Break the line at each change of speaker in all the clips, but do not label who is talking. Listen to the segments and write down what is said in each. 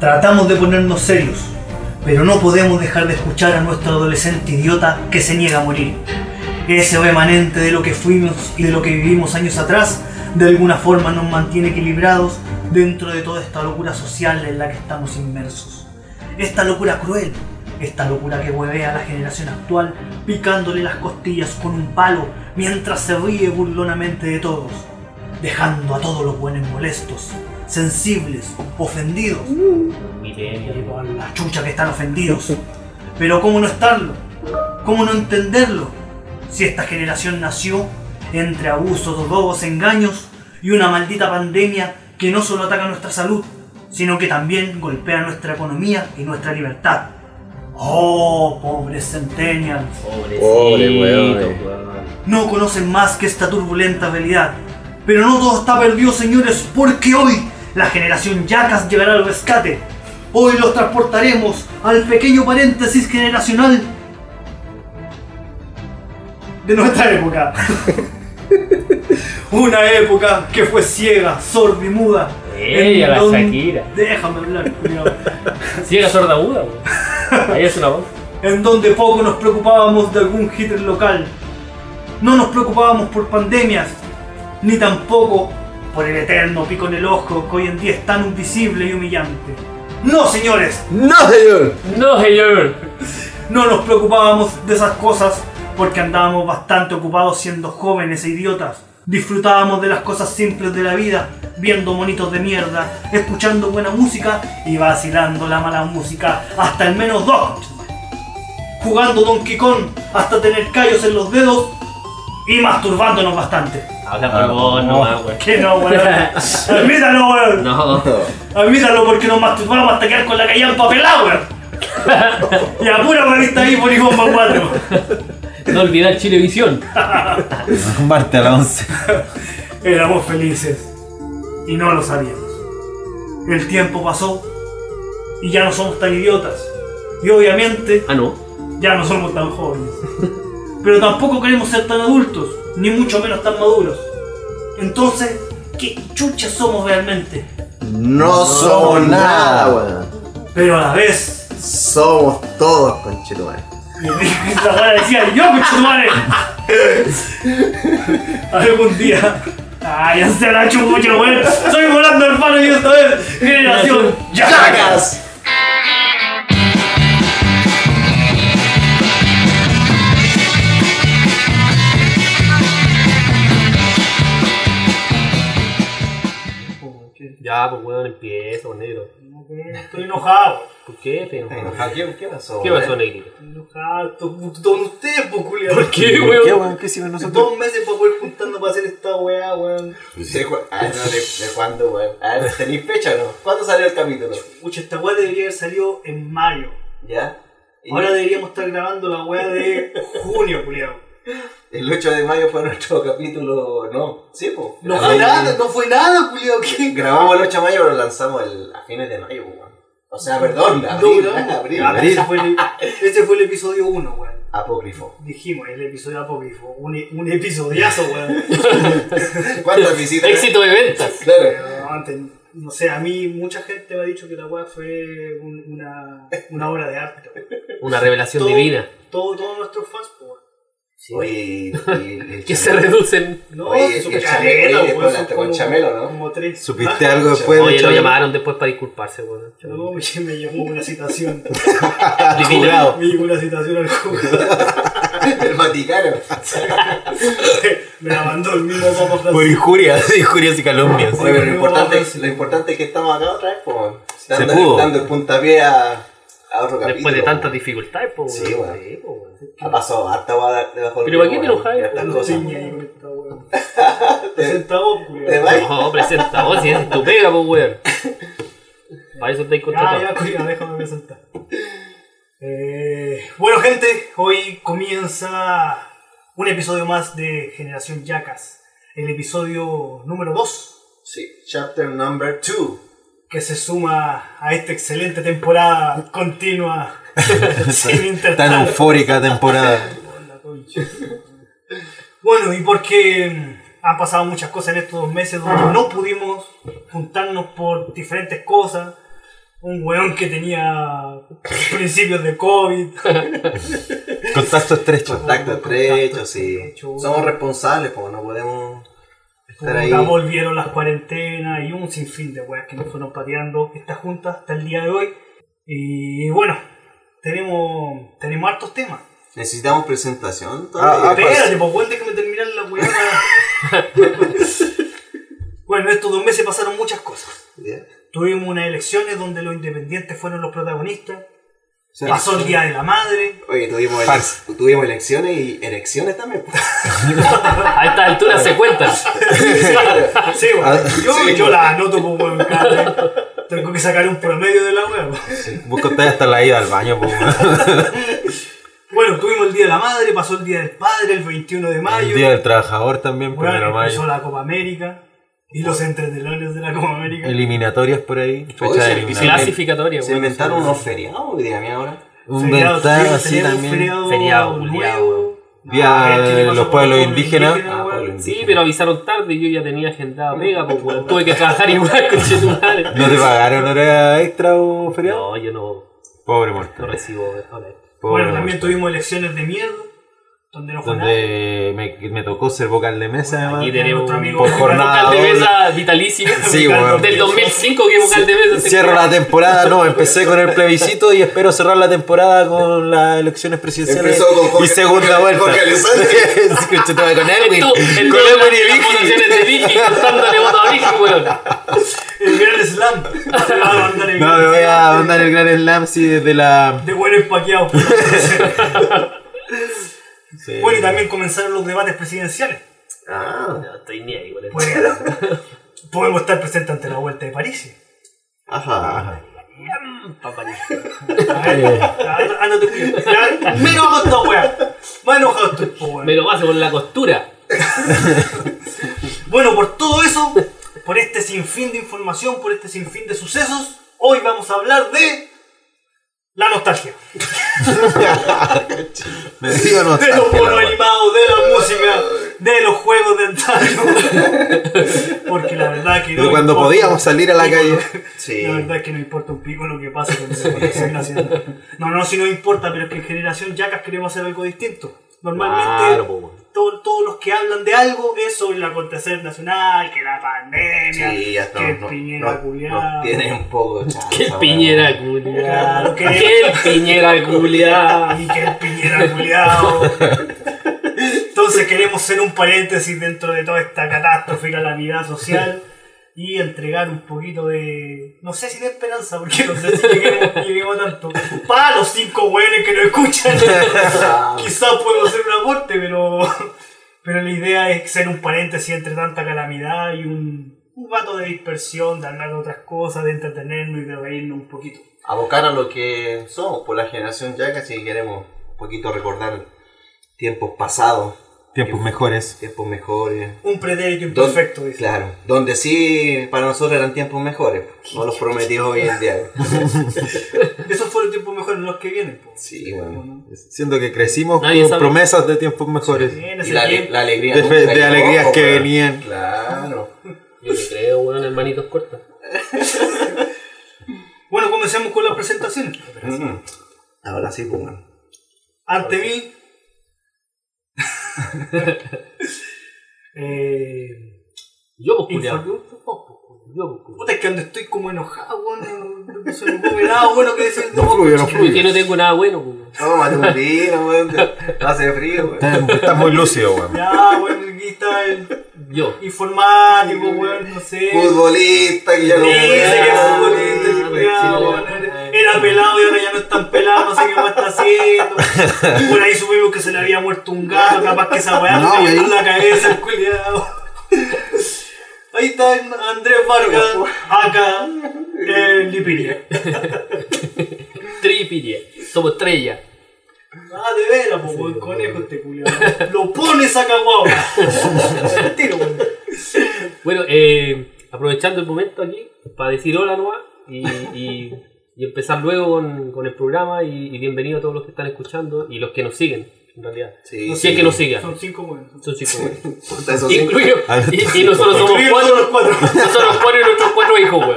Tratamos de ponernos serios, pero no podemos dejar de escuchar a nuestro adolescente idiota que se niega a morir. Ese remanente de lo que fuimos y de lo que vivimos años atrás, de alguna forma nos mantiene equilibrados dentro de toda esta locura social en la que estamos inmersos. Esta locura cruel, esta locura que huevea a la generación actual picándole las costillas con un palo mientras se ríe burlonamente de todos, dejando a todos los buenos molestos, sensibles, ofendidos. Y
Milenio.
por la chucha que están ofendidos. Pero ¿cómo no estarlo? ¿Cómo no entenderlo? Si esta generación nació entre abusos, robos, engaños y una maldita pandemia que no solo ataca nuestra salud, sino que también golpea nuestra economía y nuestra libertad. Oh, pobres centennials.
Pobrecito,
Pobre weón, eh.
weón.
No conocen más que esta turbulenta realidad. Pero no todo está perdido, señores, porque hoy la generación Yacas llegará al rescate. Hoy los transportaremos al pequeño paréntesis generacional de nuestra época. Una época que fue ciega, sorda y muda.
Ey,
en
a la
don-
Shakira.
Déjame hablar, culiao.
Ciega sorda muda, weón. Ahí es una voz.
en donde poco nos preocupábamos de algún hitter local. No nos preocupábamos por pandemias, ni tampoco por el eterno pico en el ojo que hoy en día es tan invisible y humillante. No, señores,
¡No, señor!
No, señor.
no nos preocupábamos de esas cosas porque andábamos bastante ocupados siendo jóvenes e idiotas. Disfrutábamos de las cosas simples de la vida, viendo monitos de mierda, escuchando buena música y vacilando la mala música hasta el menos dos. Jugando Donkey Kong hasta tener callos en los dedos y masturbándonos bastante.
Habla
Ah,
por vos, no más, weón.
Que no, weón. Admítalo, weón.
No.
Admítalo porque nos masturbamos hasta quedar con la callampa pelada, weón. Y a pura revista ahí por Bomba 4.
No olvidar Chilevisión.
Marte a la 11.
Éramos felices y no lo sabíamos. El tiempo pasó y ya no somos tan idiotas. Y obviamente
Ah, no.
ya no somos tan jóvenes. Pero tampoco queremos ser tan adultos, ni mucho menos tan maduros. Entonces, ¿qué chuchas somos realmente?
No somos nada, weón.
Pero a la vez,
Somos todos, conchetumare.
la weá decía yo, madre. Algún día. Ay, ya se la chupucho, weón. Soy volando hermano y esto es Generación Yaga.
¡Yacas!
Ya, pues weón, empieza, pues negro.
Estoy enojado.
¿Por qué te enojas?
¿Qué, qué pasó? eh?
¿Qué pasó, negrito?
Estoy enojado. Con ustedes, pues, culiado.
¿Por qué,
¿Qué,
weón?
weón? ¿Qué hicimos nosotros?
Dos meses para poder juntando para hacer esta weá, weón.
¿De, cu- ah, no, de, de cuándo, weón? Ah, ¿Tenéis fecha o no? ¿Cuándo salió el capítulo?
Pucha, esta weá debería haber salido en mayo.
¿Ya? Y
Ahora deberíamos estar grabando la weá de junio, culiado.
El 8 de mayo fue nuestro capítulo, no. Sí, po. Ah,
No
Grabamos
fue
el-
nada, no fue nada, culiado.
Grabamos el 8 de mayo, pero lo lanzamos el- a fines de mayo, weón. O sea, perdón, abril, abril,
Ese fue el, ese fue el episodio 1, weón.
Apócrifo.
Dijimos, el episodio apócrifo. Un, un episodiazo, weón.
¿Cuántas visitas?
Éxito de ventas.
Claro.
Pero antes, no sé, a mí mucha gente me ha dicho que la weá fue un- una, una obra de arte. weón.
Una revelación
Todo-
divina.
todo- Todos nuestros fans, pues, weón.
Oye, y- y el
Que se
chale-
reducen.
No,
Oye,
se
el
supone
Chamelo,
caleta,
oye,
weón,
después
son
hablaste con Chamelo, ¿no?
Como tres.
¿Supiste algo después
Oye, lo
Chabelo?
llamaron después para disculparse,
Ah,
weón.
No, me, me llegó una citación.
Divina.
me llegó una citación al jugador.
El Vaticano.
Me la mandó el mismo Papa Francisco.
Por injurias, injurias y calumnias.
Oye, pero lo
no,
importante,
vamos.
lo importante es que estamos acá otra vez, po.
Se
Dando,
pudo.
dando el puntapié a, a otro capítulo.
Después de
po.
tantas dificultades, pues
Sí, weón.
pues, weón.
Ha pasado harta guada debajo del
Pero ¿para qué te
weón,
enojas?
y hartas
No
cosas.
tenía yo esta weón. Presenta vos, culiao.
Te va-
No, presenta vos, si es tu pega, pues, weón. Para eso te
Ya,
contratado.
ya, culiao, déjame presentar. Eh, bueno, gente, hoy comienza un episodio más de Generación Yacas. El episodio número 2
Sí, chapter number 2.
que se suma a esta excelente temporada continua sin
Tan
intercambio.
eufórica temporada.
Hola, concha. Bueno, y porque mm, han pasado muchas cosas en estos dos meses donde no pudimos juntarnos por diferentes cosas. un weón que tenía principios de COVID.
Contacto estrecho.
Contacto estrecho, sí.
estrecho.
Somos responsables, pues no podemos estar ahí.
Puta, volvieron las cuarentenas y un sinfín de weas que nos fueron pateando esta junta hasta el día de hoy. Y bueno, tenemos, tenemos hartos temas.
Necesitamos presentación.
Ah,
todavía.
pues.
Espérate, pues weón, déjame terminar la wea. para- bueno, estos dos meses pasaron muchas cosas.
Ya.
Tuvimos unas elecciones donde los independientes fueron los protagonistas. Pasó el Día de la Madre.
Oye, tuvimos, ele-
Fans.
tuvimos elecciones y elecciones también. pues.
A esta altura se cuentan.
Sí, weón.
Ah,
yo, yo la anoto como weón. cada- Tengo que sacar un promedio de la wea. weón.
Vos contás hasta la ida al baño, po, weón.
Bueno, tuvimos el Día de la Madre, pasó el Día del Padre el 21 de mayo.
El día del trabajador también,
Bueno,
primero de
empezó
mayo.
la Copa América y los entretelones de la Copa América.
Eliminatorias por ahí.
Oye,
Fecha de
se-
eliminatorias.
Clasificatoria,
Se
weón.
inventaron unos feriados hoy día, mira ahora.
Un
Feriado,
ventano
sí,
así
tenemos un
también.
Feriado,
Feriado,
nuevo.
culiao, weón.
Día
Ah, es que le
de
pasó
los
con
pueblos indígenas.
indígenas,
Ah,
weón.
pueblo
Sí,
indígena.
pero avisaron tarde y yo ya tenía agendada pega, pues weón. Tuve que trabajar igual, con tu madre.
¿No te pagaron hora extra o
No,
feriado?
yo no,
Pobre
no
muerto.
recibo ahora.
Pobre
Bueno, también
muerto.
tuvimos elecciones de mierda, donde no fue nada.
Donde me, me tocó ser vocal de mesa.
Aquí
además.
tenemos
nuestro
un
amigo
por
Juan
jornada.
vocal de
Ah, doble.
mesa vitalicio.
Sí,
Vocal
weón.
Del 2005 que vocal de mesa. se-
Cierro la temporada, no, empecé con el plebiscito y espero cerrar la temporada con las elecciones presidenciales
Empezó con Jorge-
y segunda
Jorge-
vuelta.
Jorge Alessandri.
Sí, conchetumare, con Erwin,
Tú, el
con
doble
Erwin
de
y
las votaciones de Vicky, dándole voto a Vicky, weón.
El Gran Slam. Se va a mandar el
No,
Grand
me voy
Slam
a mandar el gran slam sí, desde la...
De buenos paqueados.
sí.
bueno, y también comenzaron los debates presidenciales.
Ah,
No, estoy ni ahí, weón.
Bueno, podemos estar presentes ante la Vuelta de París.
ajá.
A ver, á- ándate, culiao. Ya, Me enojó esta wea. Me enojó esto, po, weón.
Me lo paso con la costura.
Bueno, por todo eso, por este sinfín de información, por este sinfín de sucesos, hoy vamos a hablar de la nostalgia.
Me digo no,
De los monos animados, de la música, de los juegos de antaño. Porque la verdad que no.
de cuando
importa-
podíamos salir a la calle.
Sí.
La verdad es que no importa un pico lo que pase con esa generación. No, no, si no importa, pero es que en generación Yacas queremos hacer algo distinto. Normalmente,
Claro, po, weón.
todo- todos los que hablan de algo es sobre el acontecer nacional, que la pandemia,
Sí, ya está.
que
no-
Piñera
no-
culiao.
nos tiene un poco de chanza,
Qué
weón.
piñera culiao.
Claro, qué-
Qué piñera culiao.
y que el Ah, Piñera culiao. Entonces queremos ser un paréntesis dentro de toda esta catástrofe y calamidad social y entregar un poquito de. No sé si de esperanza, porque no sé si lleguemos, lleguemos tanto. Para los cinco hueones que nos escuchan, quizás podemos hacer un aporte, pero. Pero la idea es ser un paréntesis entre tanta calamidad y un. Un rato de dispersión, de hablar de otras cosas, de entretenernos y de reírnos un poquito.
abocar a lo que somos por la generación ya casi queremos un poquito recordar tiempos pasados,
Tiempos mejores.
tiempos mejores.
Un pretérito
Don-
imperfecto, dice.
Claro, donde sí para nosotros eran tiempos mejores, no los prometidos hoy en día.
Esos fueron tiempos mejores los que vienen. po.
Sí, bueno.
¿no?
Siento que crecimos
Nadie
con
sabe.
promesas de tiempos mejores.
Bien,
Y
ese
la, ale-
tiempo.
la alegría.
De
nunca
fe- de
llegó,
alegrías que
weón.
venían.
Claro.
Yo le creo, weón, hermanitos cortas.
Bueno, comencemos con las presentaciones.
Mm. Ahora sí, pues bueno.
Ante mí. eh,
Yo, pues, culiao.
informe-
Yo, pues, culiao.
Puta, es que donde estoy como enojado, weón. no- no Se me ocurre nada bueno que decir. No,
no
Porque no tengo nada bueno, weón.
Tómate un vino, weón. te- Hace frío, weón.
Estás estás muy lúcido, weón.
Ya, weón, aquí está el
Yo.
informático, weón, no sé.
Futbolista que ya no
Dice que es
juega.
futbolista, el culiao, weón. Era pelado y ahora ya no es tan pelado, no sé qué más está haciendo. Por ahí supimos que se le había muerto un gato, capaz que esa weá
No,
le cayó en
güey.
la cabeza el culiao. Ahí está el Andrés Vargas, acá, eh, en Lipiria.
Tripiria. Somos estrella.
Ah, de veras, pues, buen conejo este culiao. Lo pones acá, guau. Al tiro, weón.
Bueno, eh, aprovechando el momento aquí para decir hola nomás y, y- y empezar luego con, con el programa y, y bienvenido a todos los que están escuchando y los que nos siguen, en realidad.
Sí,
si es que nos sigan,
Son cinco weones.
son chicos. güey.
puta, esos cinco-
Incluido. Y, y nosotros somos
Incluidos
cuatro,
los cuatro.
nosotros cuatro y nuestros cuatro hijos, weón.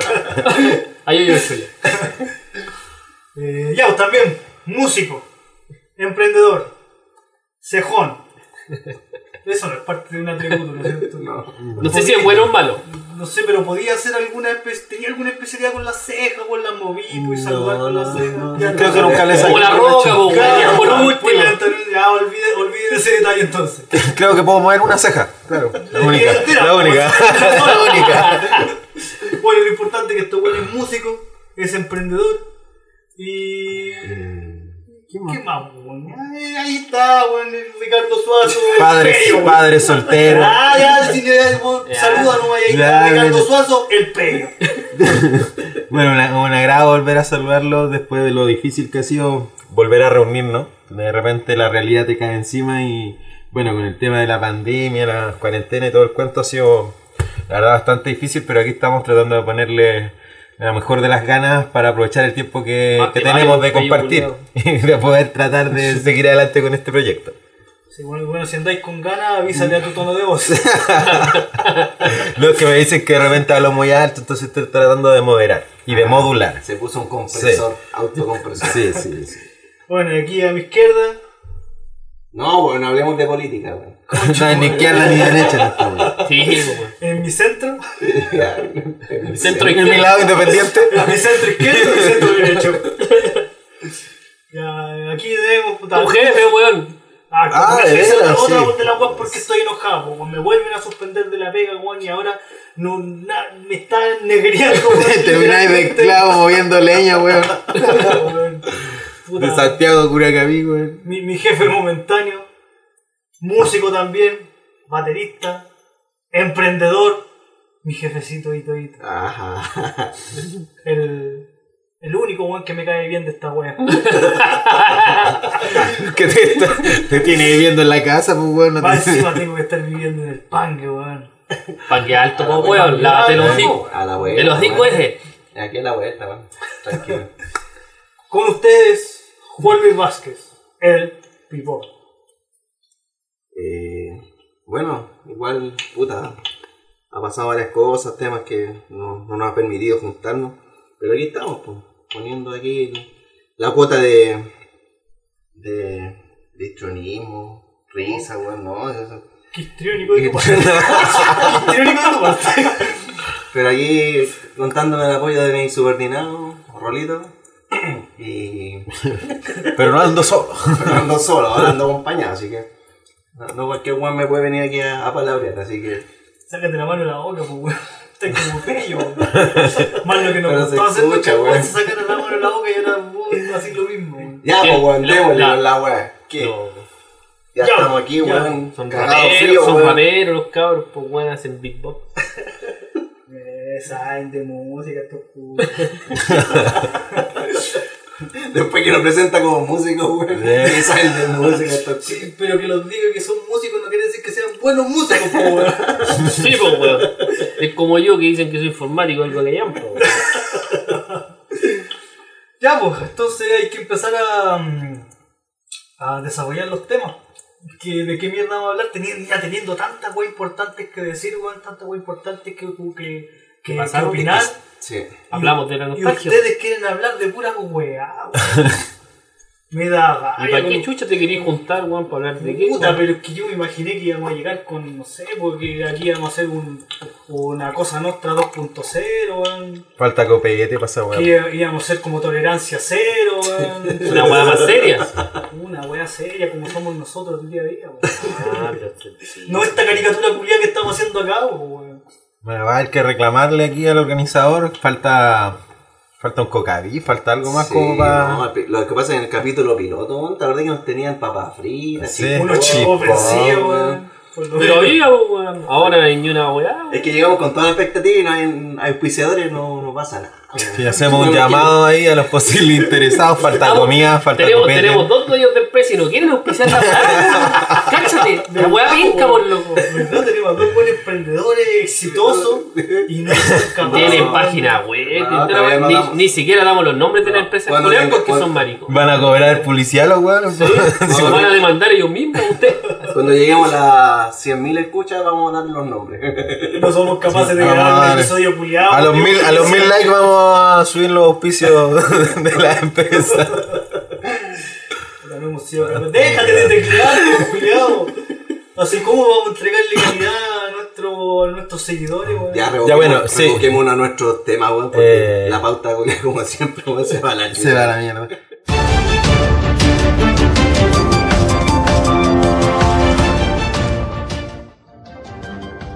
Ahí hay ocho ya.
Eh, ya, pues, también, músico, emprendedor, cejón. Eso no es parte de un atributo, ¿no es cierto?
No sé si es bueno o malo.
No sé, pero podía hacer alguna espe- tenía alguna especialidad con las cejas, con las movidas y saludar con las cejas. Ya
Creo
no.
que nunca le
Como
saqué
la roca,
provecho.
como
Claro,
por
pues,
último.
ya, Antonio, ya olvide, olvide ese detalle entonces.
Creo que puedo mover una ceja. Claro. La única.
Entera,
La
pues.
única. La única.
Bueno, lo importante es que este weón es músico, es emprendedor y.
Eh,
¿Qué más, weón? Ay, Ahí está, weón, el Ricardo Suazo. el
Padre,
Pello, weón.
padre soltero.
Ah, ya, sí, ya, weón,
Ya.
saluda nomás, ahí está
Ya,
Ricardo
mira.
Suazo, el pello.
Bueno, una- un agrado volver a saludarlo después de lo difícil que ha sido volver a reunirnos. De repente la realidad te cae encima y bueno, con el tema de la pandemia, la cuarentena y todo el cuento ha sido la verdad bastante difícil, pero aquí estamos tratando de ponerle la mejor de las ganas para aprovechar el tiempo que,
Más
que
te
tenemos
vale, bello
de compartir
culiao.
y de poder tratar de seguir adelante con este proyecto.
Sí, bueno, bueno, si andáis con ganas, avísale a tu tono de voz.
Los que me dicen que de repente hablo muy alto, entonces estoy tratando de moderar y de modular.
Se puso un compresor, autocompresor.
Sí, sí, sí.
Bueno, y aquí a mi izquierda,
No, bueno, hablemos de política, weón.
No hay ni izquierda ni derecha en este esta weá.
Sí, weón.
en mi centro,
Centro
En mi
izquierdo.
lado independiente.
en mi centro izquierdo y centro derecho. Ya, aquí tenemos puta.
Tu jefe, weón.
Ah,
Ah,
como
de
que esa es
veras,
otra
sí.
voz de la guas porque estoy enojado, weón. me vuelven a suspender de la pega, weón, y ahora no, na- me están negreando. weón,
Termináis de
literalmente.
esclavo moviendo leña, weón.
Weón. Puta,
De Santiago Curacaví, weón.
mi, mi jefe momentáneo, músico también, baterista, emprendedor, mi jefecito y todito.
Ajá.
El, el único weón que me cae bien de esta wea.
Que te, está- te tiene viviendo en la casa, pues, weón. No
Más
te...
encima tengo que estar viviendo en el pangue, weón.
Pa' que alto, po, weón. Lávate los hijos.
A la vuelta.
De los
weón.
hijos ese.
Aquí a la vuelta, weón. Tranquilo.
Con ustedes, Juan Luis Vázquez, el pivot.
Eh, bueno, igual, puta, ha pasado varias cosas, temas que no, no nos ha permitido juntarnos, pero aquí estamos, po, poniendo aquí la cuota de, de, de tronismo, risa, weón, no, eso.
Histriónico de tu parte. Histriónico de tu parte.
Pero aquí contándome el apoyo de mi subordinado, Rolito, y
Pero no ando solo.
pero no ando solo, ahora ando acompañado, así que no, no cualquier weón me puede venir aquí a, a palabrear, así que...
Sácate la mano de la boca, pues, weón. Estás como bello, weón. Más lo que
Pero
nos
se
costó hacer
escucha,
muchas
weón.
cosas, sácate la mano de la boca y ahora vos vas a hacer lo mismo, weón.
Ya,
¿Qué?
pues, weón,
La-
démosle
la-
con la weá. ¿Qué?
No.
Ya,
Ya,
estamos aquí,
ya.
weón.
Son
Cagado
raperos,
frío,
son
weón.
raperos los cabros, pues weón, hacen beatbox.
Eh, saben de música, estos culos.
Después que lo presenta como músico, weón.
Sí.
Y sale de música esto.
Sí, pero que los diga que son músicos no quiere decir que sean buenos músicos, po, weón.
Sí, pues weón. Es como yo que dicen que soy informático, algo que llaman, pues, po, weón.
Ya, pues, entonces hay que empezar a, mm, a desarrollar los temas. Que, ¿De qué mierda vamos a hablar? Teni- ya teniendo tantas weas importantes que decir, weón, tantas weas importantes que, que, que, que
pasaron,
opinar.
Sí.
Hablamos de la
Y
nostalgia. po.
ustedes quieren hablar de pura weá, weón. Me da
¿Y para
rabia.
qué
con-
chucha te querías juntar, weón, para hablar de qué?
Puta,
weón?
pero es que yo me imaginé que íbamos a llegar con, no sé, porque aquí íbamos a hacer un, una cosa nuestra 2.0, weón.
Falta copete pasa, weón.
Que íbamos a ser como tolerancia cero, weón.
Una weá más seria.
Una wea seria como somos nosotros el día a día, weón.
Ah, pero sí.
No esta caricatura culiada que estamos haciendo acá, weón.
Bueno, va a haber que reclamarle aquí al organizador. Falta. Falta un cocaví, falta algo más
Sí,
como para.
no, el- lo que pasa en el capítulo piloto, weón, te acordás que nos tenían papas fritas,
Sí.
chicos,
Unos
chip,
chicos ofensivos,
weón.
weón. Por lo
Pero
menos.
había, po, weón. Ahora ni una weá.
Es que llegamos con toda la expectativa y no hay auspiciadores, no, no pasa nada. weón.
Si hacemos un
No,
llamado ahí a los posibles interesados, falta
Estamos-
comida, falta
tenemos,
copete.
tenemos dos dueños de empresa y no quieren auspiciar la weá. Cáchate, la weá penca, por loco.
¿Verdad? Tenemos a dos buenos emprendedores exitosos y no son capaces.
Tienen
no,
página web,
no,
ni-
todavía no
ni,
damos.
ni siquiera damos los nombres de las
No,
empresas
cuando
culiadas
venga,
porque
cuando-
son maricos.
Van a cobrar el publicidad los weones.
Se van a demandar ellos mismos a usted.
Cuando lleguemos a las 100.000 escuchas, vamos a darle los nombres.
No somos capaces de
Ah,
grabar un
vale.
episodio culiado.
A los mil, a los mil likes vamos a subir los auspicios de la empresa.
Puta, no hemos sido capaces. Déjate de teclear, po, culiao. Así como vamos a entregarle calidad a, nuestro, a nuestros seguidores, weón.
Ya, revoquemos,
Ya, bueno, sí.
revoquemos a nuestros temas, weón, porque
Eh.
la pauta, culiao, como siempre, weón, se va a la
Se va a
chucha.
la mierda.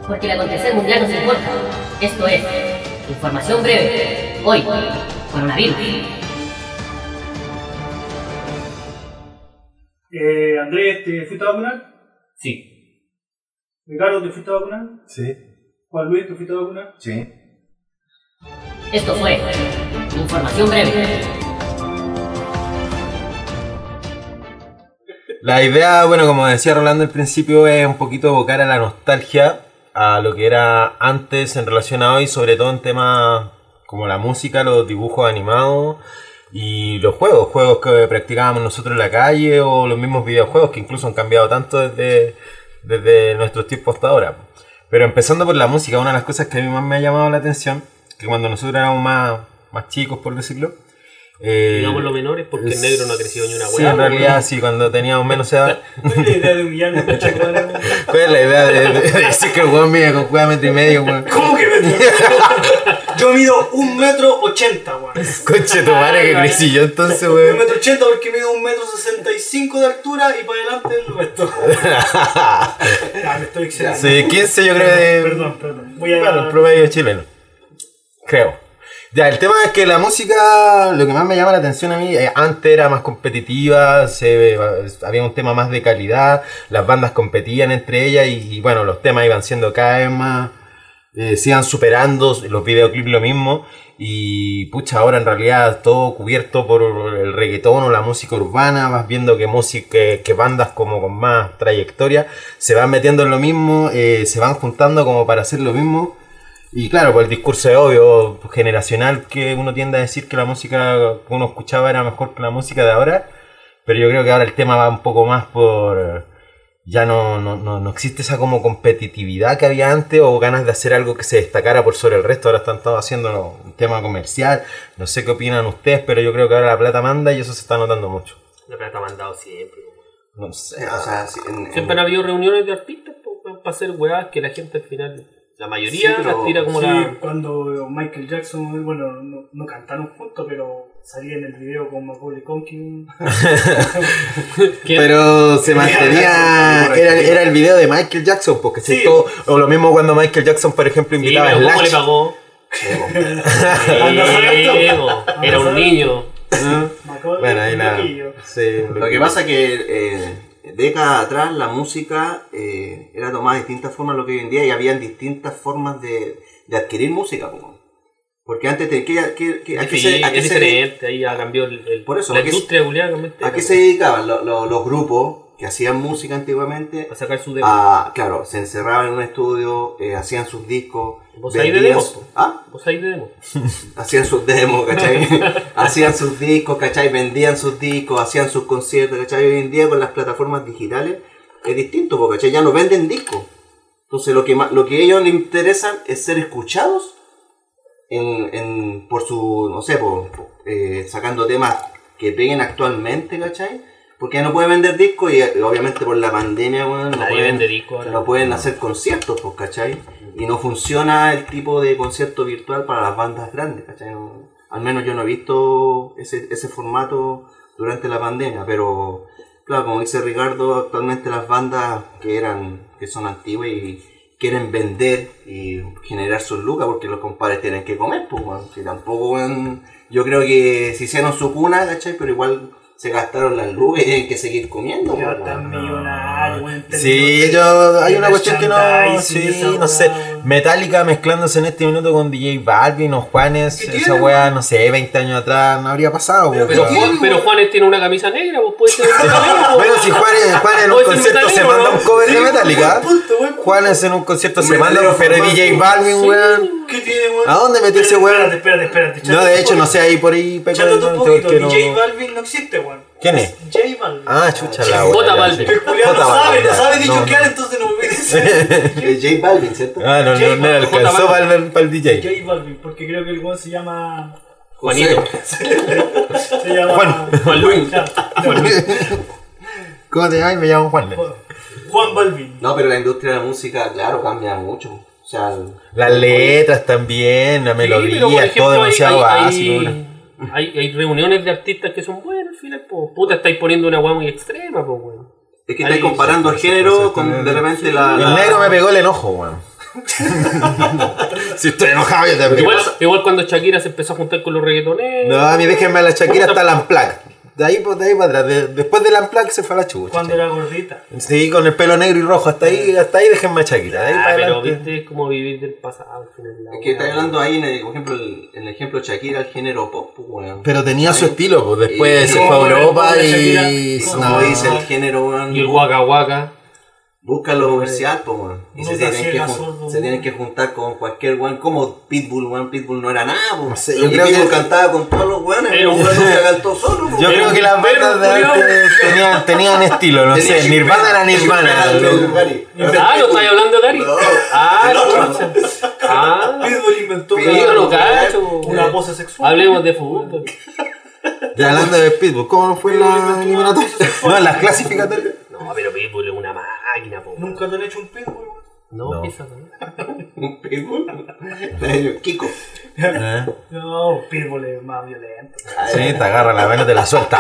porque el acontecer mundial nos importa. Esto es Información Breve. Hoy, coronavirus.
Eh, Andrés, ¿te fuiste a vacunar?
Sí.
Ricardo, ¿te fuiste a vacunar?
Sí.
Juan Luis, ¿te fuiste a vacunar?
Sí.
Esto fue Información Breve.
La idea, bueno, como decía Rolando al principio, es un poquito evocar a la nostalgia, a lo que era antes en relación a hoy, sobre todo en temas como la música, los dibujos animados y los juegos, juegos que practicábamos nosotros en la calle o los mismos videojuegos que incluso han cambiado tanto desde, desde nuestros tiempos hasta ahora. Pero empezando por la música, una de las cosas que a mí más me ha llamado la atención, que cuando nosotros éramos más, más chicos, por decirlo, eh,
Digamos los menores porque el negro no ha crecido ni una
Sí,
hueá.
en realidad sí, cuando teníamos menos edad.
¿Cuál es la idea de humillarme con chacuara?
¿Cuál es la idea de, de- de decir que el weón mide con cueva metro y medio, weón?
¿Cómo que metro? Yo mido un metro ochenta, weón.
Conche tu madre que crecí yo entonces,
Un
weón.
metro ochenta porque mido un metro sesenta y cinco de altura y para adelante el resto. Ah, me estoy excediendo.
Sí, 15 yo creo de.
Perdón, perdón. Voy a...
Claro, el promedio chileno. Creo. Ya, el tema es que la música, lo que más me llama la atención a mí, eh, antes era más competitiva, se, eh, había un tema más de calidad, las bandas competían entre ellas y, y, bueno, los temas iban siendo cada vez más, eh, se iban superando, los videoclips lo mismo, y pucha, ahora en realidad todo cubierto por el reggaetón o la música urbana, vas viendo que, música, que, que bandas como con más trayectoria se van metiendo en lo mismo, eh, se van juntando como para hacer lo mismo. Y claro, por el discurso de obvio generacional que uno tiende a decir que la música que uno escuchaba era mejor que la música de ahora, pero yo creo que ahora el tema va un poco más por... Ya no, no, no, no existe esa como competitividad que había antes o ganas de hacer algo que se destacara por sobre el resto. Ahora están todos haciendo un tema comercial. No sé qué opinan ustedes, pero yo creo que ahora la plata manda y eso se está notando mucho.
La plata ha mandado siempre. weón.
No sé.
O sea, sí, en- en-
Siempre han habido reuniones de artistas para hacer weas que la gente al final, la mayoría,
Sí, pero-
las tira como
Sí,
la.
cuando Michael Jackson, bueno, no, no cantaron juntos, pero salía en el video con Macaulay Culkin.
¿Quién?
Pero se mantenía.
Correcto.
Era, era el video de Michael Jackson, porque se
Sí.
todo- O lo mismo cuando Michael Jackson, por ejemplo,
Sí,
invitaba
pero
a
¿cómo le
Slash.
pagó?
Anda,
Sí,
saca
bo, era un niño.
Macaulay
Bueno, ahí la.
Culkin.
sí,
Lo que pasa es que eh, décadas atrás la música eh, era tomada de distintas formas a lo que hoy en día y habían distintas formas de, de adquirir música. po. Porque antes, te, ¿qué- qué- qué- a, qué
Sí,
se, a qué
es
se-
diferente, ahí ya cambió el, el-
Por eso,
la
¿a qué se-
industria culiada cambió entera,
a qué se dedicaban lo- lo- los grupos que hacían música antiguamente?
A sacar su demo.
A, claro, se encerraban en un estudio, eh, hacían sus discos.
Vos ahí de
vendían
demos,
su-
po.
¿Ah?
Vos ahí de demo.
Hacían sus demos, ¿cachai? hacían sus discos, ¿cachai? Vendían sus discos, hacían sus conciertos, ¿cachai? Hoy en día con las plataformas digitales es distinto, po, ¿cachai? Ya no venden discos. Entonces lo que, ma- lo que a ellos les interesa es ser escuchados en, en- por su, no sé, por, por, eh, sacando temas que peguen actualmente, ¿cachai? Porque ya no pueden vender discos y eh, obviamente por la pandemia, weón, no
Nadie
pueden-
vende disco ahora.
no pueden hacer conciertos, pues, ¿cachai? Y no funciona el tipo de concierto virtual para las bandas grandes, ¿cachai? No- al menos yo no he visto ese, ese formato durante la pandemia, pero claro, como dice Ricardo, actualmente las bandas que eran, que son antiguas y quieren vender y generar sus lucas porque los compadres tienen que comer, pues, weón. si tampoco, weón, yo creo que se hicieron su cuna, ¿cachai? Pero igual se gastaron las lucas y tienen que seguir comiendo,
Ya
pues,
está
weón.
millonario, weón,
Sí,
entendió.
yo, hay
El
una cuestión que no.
merchandising,
Sí,
esa
no
weá,
sé.
weón.
Metallica mezclándose en este minuto con DJ Balvin o Juanes. Esa weá, no sé, 20 años atrás no habría pasado. po,
Pero,
weón.
Juan- pero Juanes tiene una camisa negra, vos podés ser un metalero,
Bueno, si Juanes, Juanes en un
Oye,
concierto se
metalero,
manda
¿no?
un cover de
Sí,
Metallica.
buen punto, buen punto.
Juanes en un concierto se manda,
metalero
pero es
formal,
DJ
po.
Balvin, weón.
¿Qué tiene, weón?
¿A dónde metió ese weón?
Espérate, espérate, espérate.
No,
chato,
de hecho,
un
no sé, ahí por ahí
poquito.
Pepe.
Chato un poquito,
porque no-
DJ Balvin no existe, weón.
¿Quién es?
J Balvin.
Ah, chucha la
Bota
wea,
Balvin.
sí.
El culiao
Jota
no sabe,
Balvin,
no
ya.
sabe ni
No,
yo
no.
qué era, entonces no me dice.
Eh, J Balvin, ¿cierto?
Ah, no, no, no,
J Balvin.
alcanzó para el, para el DJ.
J Balvin, porque creo que el weón se llama
Juanito.
Se llama
Juan.
Juan Luis.
Claro, claro.
¿Cómo te llamas? Me llamo Juan.
Juan Balvin.
No, pero la industria de la música, claro, cambia mucho. O sea, el-
Las letras también, la melodía, todo demasiado básico.
Hay, hay, hay reuniones de artistas que son buenos al final, po. puta, estáis poniendo una guay muy extrema, pues, weón.
es que
Ahí,
estáis comparando el género con de repente
Ah.
la.
El
la-
negro me pegó el enojo, weón. si estoy enojado, yo también.
Igual, igual cuando Shakira se empezó a juntar con los reggaetoneros.
No, a mí déjenme a la Shakira hasta la Amplac. De ahí, pues, de ahí para atrás. De- después de la Amplac se fue a la chucha.
Cuando era gordita.
Sí, con el pelo negro y rojo. Hasta ahí, hasta ahí déjenme a Shakira. De ahí
Ah,
para
pero
adelante.
viste es como vivir del pasado al final. la
Es que
weá,
estáis hablando ahí, en el, por ejemplo, el, en el ejemplo de Shakira, el género pop, pues, weón.
Pero tenía su estilo, pues después
Y-
se fue a
no,
Europa
la Shakira-
y.
Y como
No,
dice el género, weón,
Y el guaca guaca.
busca lo comercial, pues, weón. Y se
Nunca
tienen, que
ciega,
jun-
sordo,
pues,
se tienen que juntar con cualquier weón, como Pitbull, weón. Pitbull no era nada, pues.
No sé,
y
yo creo que-
Pitbull cantaba con todos los weones,
Era
pero
un-
weón no se cantó solo, pues,
Yo
weón.
creo que las bandas de antes tenían, tenían estilo, no
Tenía
sé.
Shakira,
Nirvana era Nirvana.
Shakira,
loco.
Nirvana.
Ah, lo estáis hablando de Ari.
No.
Ah,
El otro.
chucha. Ah,
Pitbull inventó
Sí,
pero yo no
no,
cacho.
una pose sexual.
Hablemos de fútbol.
Ya hablando de Pitbull, ¿cómo fue la eliminatoria? No, las clasificatorias.
No, pero Pitbull es una máquina, po.
Nunca te han hecho un pitbull. weón.
No,
No.
esa no.
Pitbull. Kiko.
¿Eh?
No, pitbull es más violento.
Sí, te agarra la mano y te la suelta.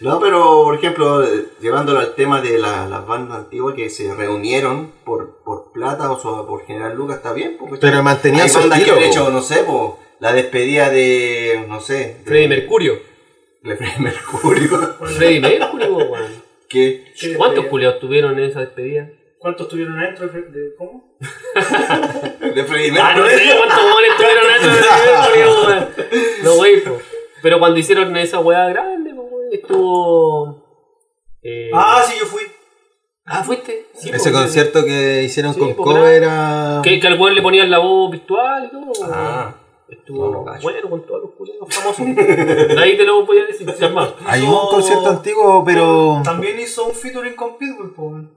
No, pero por ejemplo, eh, llevándolo al tema de la- las bandas antiguas que se reunieron por, por plata o so- por generar lucas, está bien. Porque
Pero mantenía
hay
su
bandas que
estilo,
han
po.
hecho, no sé, po, la despedida de, no sé, de,
Freddy Mercurio.
de Freddie Mercurio.
Freddy Mercurio, weón.
que
¿Cuántos culeados tuvieron en esa despedida?
¿Cuántos estuvieron adentro? de- de- ¿Cómo?
de Freddie
Ah, no
Mercury.
sé cuántos hueones tuvieron en esa despedida, weón. No, wey, po. Pero cuando hicieron esa weá grande, po, weón, estuvo. eh,
Ah, sí, yo fui.
ah, fuiste. Sí, po,
Ese
weón.
concierto que hicieron
Sí,
con
po,
cover a.
Que, que al weón le ponían la voz virtual y todo. weón.
Ah,
Estuvo
No, no, gallo.
bueno con todos los culiados famosos. Nadie te lo podía decir, se armaba.
Hay
hizo-
un concierto antiguo, pero.
También hizo un featuring con Pitbull, po, weón.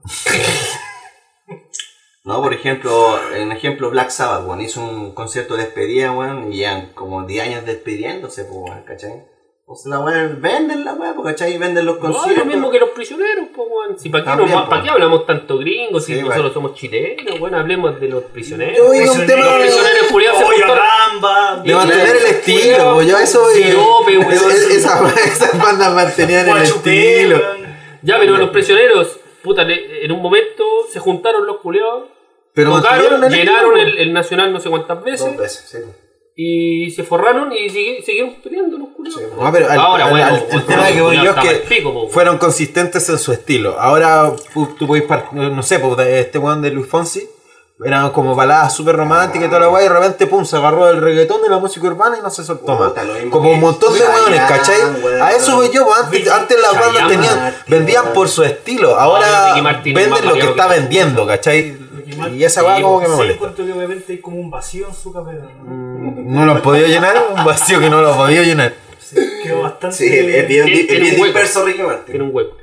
no, por ejemplo, en ejemplo Black Sabbath, weón, hizo un concierto de despedida, weón, y ya como 10 años despidiéndose, po, weón, ¿cachai? Pues la weón, venden la weón, po, ¿cachai? Venden los
No, es lo
conciertos.
mismo que los prisioneros, pues, weón. Si, ¿Para qué,
También,
nos-
po.
pa' qué hablamos tanto gringo si
Sí,
nosotros
weón.
somos chilenos? Bueno, hablemos de los prisioneros.
Yo oí un
Prisionero,
tema
los
de,
prisioneros culiados se
Pollo
juntaron.
Gamba.
de mantener el estilo, po. yo eso.
Sirope, weón.
es- es- esas, esas bandas mantenían el
Guachupé,
estilo.
weón.
Ya, pero los prisioneros, puta, le- en un momento se juntaron los culiados,
Pero
tocaron,
mantuvieron el
llenaron
estilo,
el, el nacional no sé cuántas veces
Dos veces, sí.
y se forraron y sigui- siguieron peleando los culiados.
Sí,
No, pero al-
Ahora,
al-
bueno,
al- el
bueno,
tema que voy
ya
yo es
está
que
mal pico, po.
fueron consistentes en su estilo. Ahora pu- tú podéis, par- no sé, po, de- este weón de Luis Fonsi, eran como baladas súper románticas y toda la guay, y de repente, pum, se agarró del reggaetón de la música urbana y no se soltó más.
Puta, lo mismo
Como
que
un montón de
Chayanne,
weones, ¿cachai?
weón.
A eso voy yo, po, antes, antes las
Chayanne,
bandas tenían,
Martín,
vendían
weón.
por su estilo, ahora
Ricky Martin es más
venden lo que
variado
está
que-
vendiendo, ¿cachai?
Ricky Martin,
Y esa weá
sí,
como que me
Sí,
molesta. Mm.
encuentro que obviamente hay como un vacío en su carrera. ¿no?
No lo han podido llenar, un vacío que no lo han podido llenar.
Quedó bastante.
Sí, es bien,
Tiene-
es
tiene
bien
un hueco.
disperso Ricky Martin.
Tiene un hueco.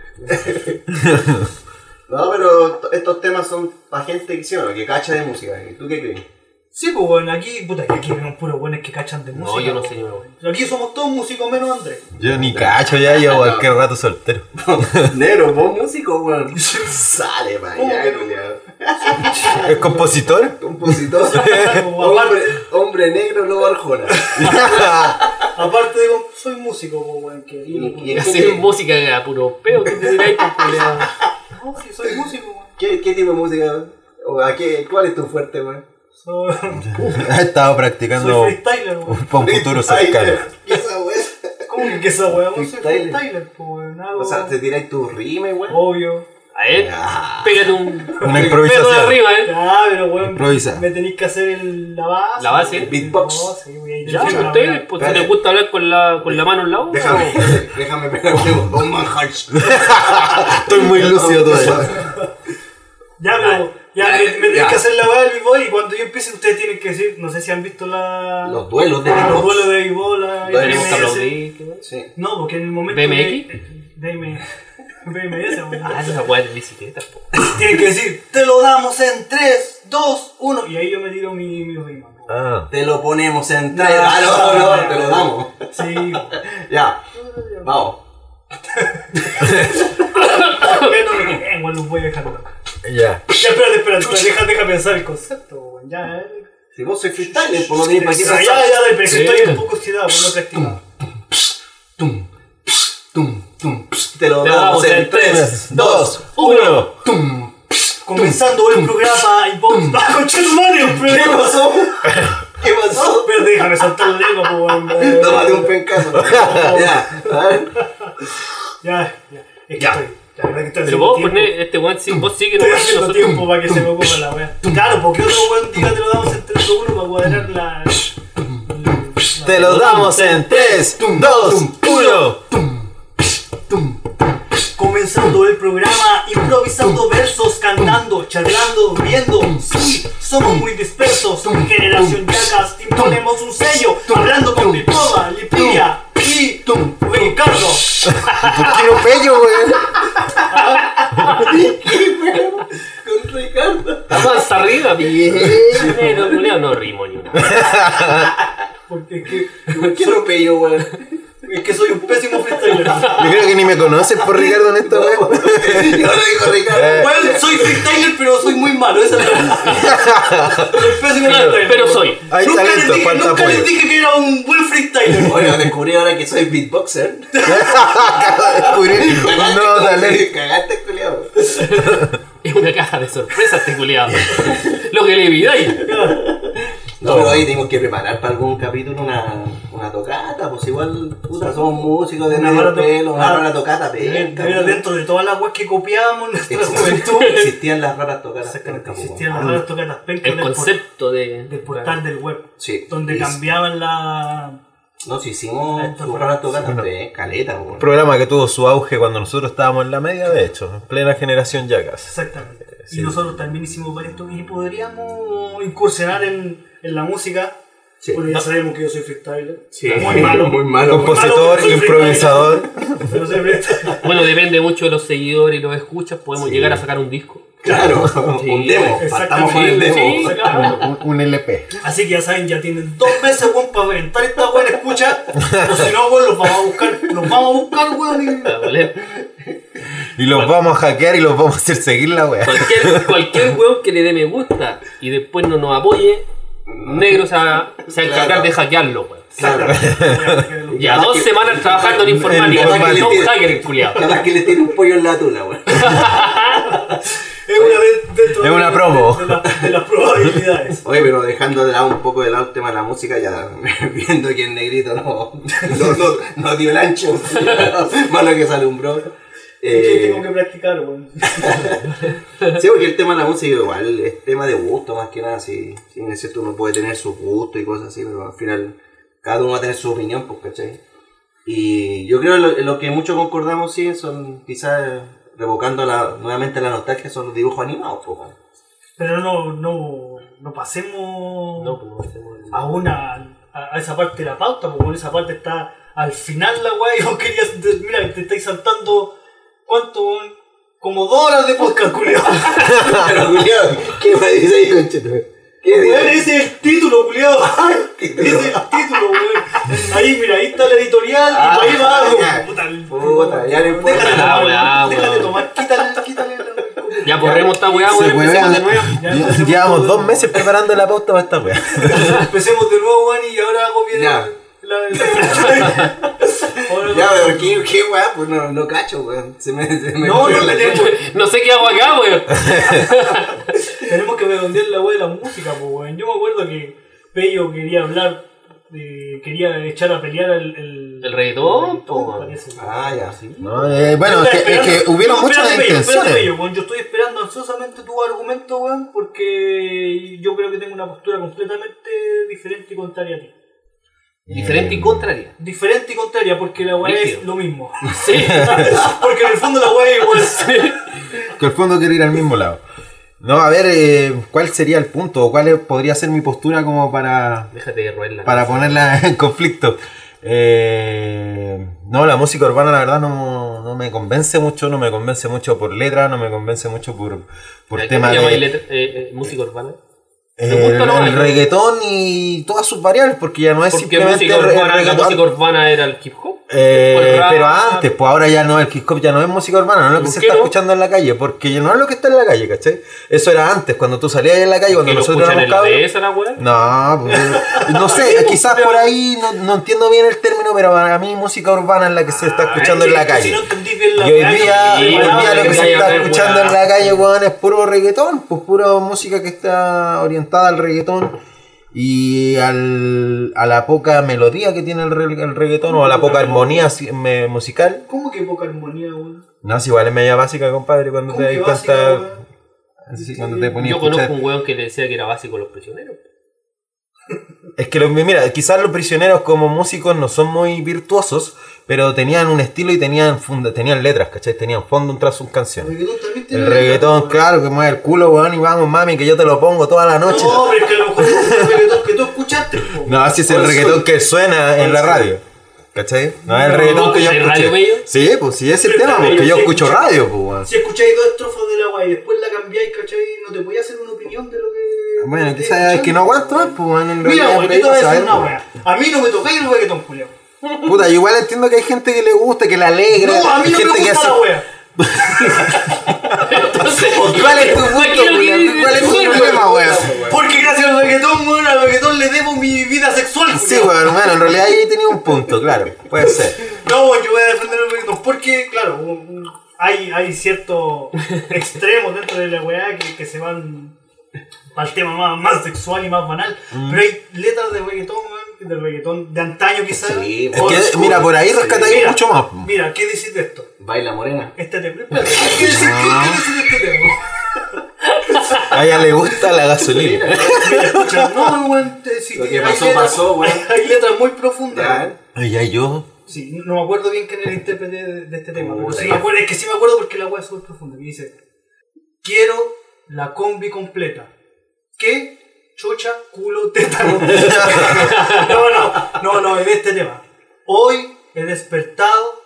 No, pero t- estos temas son para gente que, sí, bueno, que cacha de música. ¿Y ¿Tú qué crees?
Sí, pues bueno, aquí, puta, que aquí vemos puros buenos que cachan de música.
No, yo no
po.
sé, yo no.
Aquí somos todos músicos menos Andrés.
Yo ni cacho ya, yo cualquier rato soltero.
Negro, vos músico, weón. Sale para allá, culiao.
¿Es compositor?
Compositor. hombre, hombre negro, lobo arjona.
Aparte digo, soy músico, pues bueno, que
Y- y-
Hacer música a puro peo, tú te dirás, pues, culiao.
No, Oh, sí, soy músico, weón.
¿Qué, qué tipo de música? ¿O a qué, ¿Cuál es tu fuerte, weón?
Soy,
Ha estado practicando
soy freestyler, weón.
para un futuro cercano.
¿Qué esa weón?
¿Cómo que esa weón? Soy
Freestyler.
freestyler, pues weón. Hago,
O sea, te tiráis tu rime, weón.
obvio.
A ver, pégate un.
Una
Pégate de
improvisación.
arriba, eh.
Ya, Ah, pero weón,
Improvisa.
me tenéis que hacer el, la base.
La base.
weón.
Beatbox.
No, sí, weón.
Ya,
Sí, la
ustedes,
weón.
pues si les gusta hablar con la, con la mano en la boca.
Déjame, déjame pegarte un un manjar.
Estoy muy lúcido todavía.
Ya, pero ya, me, me tenés que hacer la weá del b-boy y cuando yo empiece ustedes tienen que decir, no sé si han visto la... Ah,
Los duelos de
los duelos
los
de b-boy, la
Tenemos
Tenemos que
BMS.
aplaudir. qué bueno.
Sí.
No, porque en el momento...
¿BMX?
que- BM- BMS,
Ah,
weón.
esa weá de bicicleta, po.
Tienen que decir, te lo damos en 3, 2, 1. Y ahí yo me tiro mi, mi rima.
Ah.
Te lo ponemos en tres. Ah, no, no, te lo damos.
Sí,
Ya, vamos.
ya no me creen, weón, los voy dejando.
Ya.
Ya, espérate, espérate, espérate, deja, deja pensar el concepto, weón. Ya, eh.
Si vos sois freestyle, pues no tenéis para qué
Ya,
pensar.
ya, dale, pero es que
Sí.
estoy un poco oxidado, weón, no practicado.
Tum, ps, tum, tum, ps. Te lo
Te
damos
damos
en
en
3, 2,
Oh,
1. Tum.
Comenzando, weón, el programa y vos. ¡Ah, concha tu madre! el
¿Qué
programa.
pasó? ¿Qué pasó?
Pero déjame saltar la lengua, po, weón. eh.
Tómate un pencazo. ya, a ver.
Ya, ya. Es que
Ya.
estoy. La verdad que estoy
Pero
haciendo
vos
tiempo.
poner este weón sin vos sigue
Estoy
nomás que
haciendo
nosotros-
tiempo para que se me ocupe la weá. Claro, porque otro weón diga te lo damos en 3 1 para cuadrar la.
Te lo damos en 3, 2, 1.
Comenzando el programa, improvisando versos, cantando, charlando, riendo. Sí, somos muy dispersos, generación Yacas, y ponemos un sello, hablando con Pipoda, Lipilla y Ricardo.
Quiero pello, weón.
Con Ricardo.
Está más arriba, pero culiao, no rimo ni una.
Porque es que,
¿Qué atropello, weón?
es que soy un pésimo freestyler.
Yo creo que ni me conoces por Ricardo en esta
Yo
weón.
lo digo Ricardo.
Weón, soy freestyler, pero soy muy malo, esa es la verdad. Soy pésimo
Claro,
freestyler.
pero soy.
Hay
nunca
talento,
les dije,
falta
nunca
apoyo.
les dije que era un buen freestyler.
Bueno, descubrí ahora que soy beatboxer.
Acabo de descubrir un nuevo talento.
Cagaste, Cagaste, culiado.
Es una caja de sorpresas este culiado. Lo que le evitáis.
No, pero ahí tenemos que preparar para algún capítulo una, una tocata, pues igual, puta, somos músicos de
Una
medio
mala to-
pelo, una
ah,
rara tocata, penca.
Era
pues.
dentro de todas las weas que copiábamos en nuestra juventud.
Existían existían las raras tocatas penca, pues,
Existían las
weón.
raras tocatas pencas del,
El
por-
concepto de.
del portal del web.
Sí.
Donde
Y-
cambiaban la.
No, si
Ah,
hicimos sus raras tocatas, pues, caleta, pues, weón.
programa que tuvo su auge cuando nosotros estábamos en la media, de hecho, en plena generación Jackass.
Exactamente.
Eh,
Y nosotros también hicimos varios toques y podríamos incursionar en, en la música.
Sí.
Bueno, ya sabemos que yo soy freestyler.
Sí,
Muy malo.
Muy malo. weón.
Compositor,
Malo, pero soy
improvisador.
Pero soy freestyler.
Bueno, depende mucho de los seguidores y los escuchas. Podemos
Sí.
llegar a sacar un disco.
Claro, un demo.
Exactamente.
Partamos con el
Sí,
demo.
sacamos.
LP.
Así que ya saben, ya tienen dos meses, weón, para rentar esta weón, escucha. O si no, weón, los vamos a buscar. Los vamos a buscar, weón. y-
Ah, vale.
Y los vamos a hackear y los vamos a hacer seguir la wea.
Cualquier, cualquier weón que le dé me gusta y después no nos apoye, negro se va, se va a encargar
Claro.
de hackearlo, weón.
Claro.
Ya dos semanas trabajando en informática,
En informática.
no un hacker el culiado.
Capaz que le tiene un pollo en la tula, weón.
Es una, de- dentro
Es
de-
una promo.
De, la- de las probabilidades.
Oye, pero dejando de lado un poco de lado el tema de la música, ya viendo que el negrito no, no, no, no dio el ancho, malo que se alumbró.
Es que
Eh,
tengo que practicar, weón.
sí, porque el tema de la música igual es tema de gusto más que nada, si, si bien es cierto uno puede tener sus gustos y cosas así, pero al final cada uno va a tener su opinión, pues, ¿cachai? Y yo creo lo, lo que muchos concordamos, sí, son quizás revocando la, nuevamente la nostalgia, son los dibujos animados, pues, weón.
Pero no, no, no pasemos
No, pues no hacemos el-
a una a, a esa parte de la pauta, porque esa parte está al final la weá y vos querías. de- Mira, te estáis saltando. ¿Cuánto, weón? Como dos horas de podcast, culiado.
Pero, culiao, ¿qué me dice ahí, conchetumare? ¿Qué
Weón,
dice?
ese es el título, culiado. Ese es el título, weón. Ahí, mira, ahí está la editorial.
Ah,
y ahí va, weón.
ya.
el-
Puta, ya no importa.
Déjale
Ah,
tomar,
weá,
déjale
weón.
tomar, quítale, quítale la-
Ya borremos esta weá,
Se
weón, empecemos de
huevean.
nuevo.
Lle- Llevamos dos meses preparando la pauta para esta wea.
Empecemos de nuevo, weón, y ahora hago bien
Ya.
la, la- Ahora-
Ya, pero qué, qué weá, pues no, no cacho, weón. Se me, se me
No, no
fue la
tenemos,
No sé qué hago acá, weón.
tenemos que redondear la weá de la música, pues, weón. Yo me acuerdo que Pello quería hablar, eh, quería echar a pelear el... El,
El
el
reggaetón, po, weón.
parece.
Ah, ya, sí.
No, eh, bueno, es que, es que hubieron
No,
muchas
espérate, Pello, espérate,
intenciones.
Pello, weón. Yo estoy esperando ansiosamente tu argumento, weón, porque yo creo que tengo una postura completamente diferente y contraria a ti.
Diferente
Eh,
y contraria.
Diferente y contraria, porque la weá
Rígido.
es lo mismo.
Sí.
porque en el fondo la weá es igual.
Que al fondo quiero ir al mismo lado. No, a ver, eh, ¿cuál sería el punto? ¿O cuál es- podría ser mi postura como para,
Déjate de roer la
para ponerla en conflicto? Eh, no, la música urbana la verdad no, no me convence mucho, no me convence mucho por letra, no me convence mucho por, por
¿Cómo
tema
llamáis
de...
letra- eh, eh, música urbana?
El,
Me gusta nomás.
el reggaetón y todas sus variables, porque ya no es
Porque
simplemente
música
el re-
urbana, la
reggaetón.
música urbana era el hip hop.
Eh,
el rap,
pero antes, pues ahora ya no, el hip hop ya no es música urbana, no es lo que
¿Por
se
qué
está
no?
escuchando en la calle, porque ya no es lo que está en la calle, ¿cachai? Eso era antes, cuando tú salías en la calle, cuando
que lo
nosotros
escuchan
éramos
en la
cabros.
dehesa, la weá.
No, pues, no sé, quizás por ahí no, no entiendo bien el término, pero para mí música urbana es la que se
Ah,
está escuchando en la
Si
calle.
no entendí bien
Y
la
hoy
weá,
día,
Sí,
hoy día
weón,
lo que
que
se
vaya a
está
ver,
escuchando
weón.
en la calle, weón, es puro reggaetón, pues pura música que está orientada al reggaetón y al, a la poca melodía que tiene el, re- el reggaetón o a la poca armonía si- me- musical.
¿Cómo que poca armonía, weón?
No, es igual es media básica, compadre, cuando
¿Cómo
te
que
das
básica,
cuenta...
weón?
Sí, cuando te ponías a
Yo
escuchar-
conozco un weón que le decía que era básico los prisioneros.
Es que, los- mira, quizás los prisioneros como músicos no son muy virtuosos, pero tenían un estilo y tenían funda, tenían letras, ¿cachai? Tenían fondo tras sus canciones.
Reggaetón también tiene
El reggaetón, claro, que mueve el culo, weón, y vamos, mami, que yo te lo pongo toda la noche.
No, pero es que a lo mejor no es el reggaetón que tú escuchaste. po.
No, así es el
Por eso-
reggaetón que suena en la radio. ¿Cachai? No es el
No,
reggaetón que yo
¿en radio
escuché.
bello?
Sí, pues sí, ese es el
Pero
tema,
bello,
porque yo
sí,
escucho
escucha-
radio, pues, weón.
Si escucháis dos estrofas de la weá y después la cambiáis, ¿cachai? No te podía hacer una opinión de lo que.
Bueno,
de-
quizás es que no aguanto más, pues, weón, en
Mira,
realidad
weón,
por
yo
ahí
te voy a
pasa,
decir
¿eh?
una weá. A mí no me tocáis el reggaetón, culiao.
Puta, yo igual entiendo que hay gente que le gusta, que le alegra.
No, a mí
hay
no me
gente que
gusta
hace-
la weá.
Entonces,
¿Cuál es tu gusto,
¿Cuál es lo que
weón?
dice
¿Cuál es tu
el
problema, weón?
Porque gracias al reggaetón, weón, al reggaetón le debo mi vida sexual,
Sí,
culiao.
weón, bueno, en realidad ahí tenía un punto, claro, puede ser.
No, weón, yo voy a defender el reggaetón. Porque, claro, un- un- hay, hay ciertos extremos dentro de la weá que, que se van al tema más, más sexual y más banal.
Mm.
Pero hay letras de reggaetón, weón, del reggaetón de antaño quizás.
Sí,
Es que, mira, por ahí rescatáis
Mira,
mucho más.
Mira, ¿qué decís de esto?
Baila morena.
Este tema. Espera, ¿Qué decís, qué decís de este tema?
Ah. A ella le gusta la gasolina.
Mira, escucha, no, weón, te- si
Lo
te-
que
hay
pasó,
letras-
pasó, weón.
Hay, hay letras muy profundas. weón.
Ay, ay, yo.
Sí, no- no me acuerdo bien quién era el intérprete de, de este tema, pero
Puta,
sí me
ya.
acuerdo, es que sí me acuerdo porque la weá es súper profunda. Y dice: Quiero la combi completa. ¿Qué? Chucha, culo, tétano. no, no, no, no, en este tema. Hoy he despertado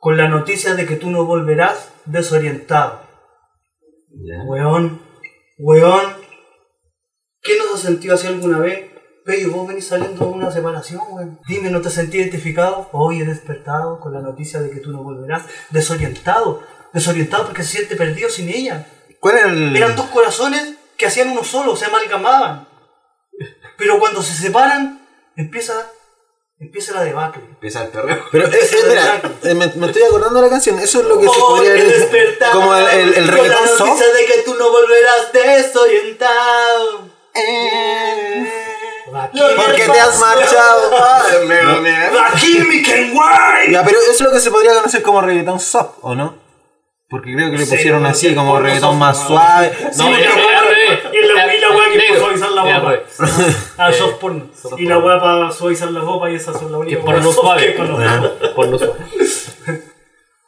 con la noticia de que tú no volverás desorientado. Weón, weón, ¿qué nos has sentido así alguna vez? Bello, vos venís saliendo de una separación, weón. Dime, ¿no te sentí identificado? Hoy he despertado con la noticia de que tú no volverás. Desorientado, desorientado porque se siente perdido sin ella.
¿Cuál era el...?
Eran dos corazones que hacían uno solo, se amalgamaban. Pero cuando se separan, empieza, empieza la debacle.
Empieza el perreo.
Pero, eh, eh, mira, eh, me, me estoy acordando de la canción, eso es lo que se
Hoy
podría
he
decir,
despertado
Como el, el, el
Oh, con la
reggaetón soft.
noticia de que tú no volverás desorientado.
Porque Eh, te has marchado.
La química en guay.
Ya, pero eso es lo que se podría conocer como reggaetón soft, ¿o no? Porque creo que le
Sí,
pusieron
no,
así,
sí,
como
porno
reggaetón
soft,
más
no.
suave.
No,
No,
y la
era
weá-
al revés.
y la- y la weá que
Negro.
puso suavizar la
Era al
boca.
revés.
Ah, soft porno. Y la weá para suavizar la ropa y esas son las
Que
únicas
por no
weas soft
suave.
que conozco.
Por no suave.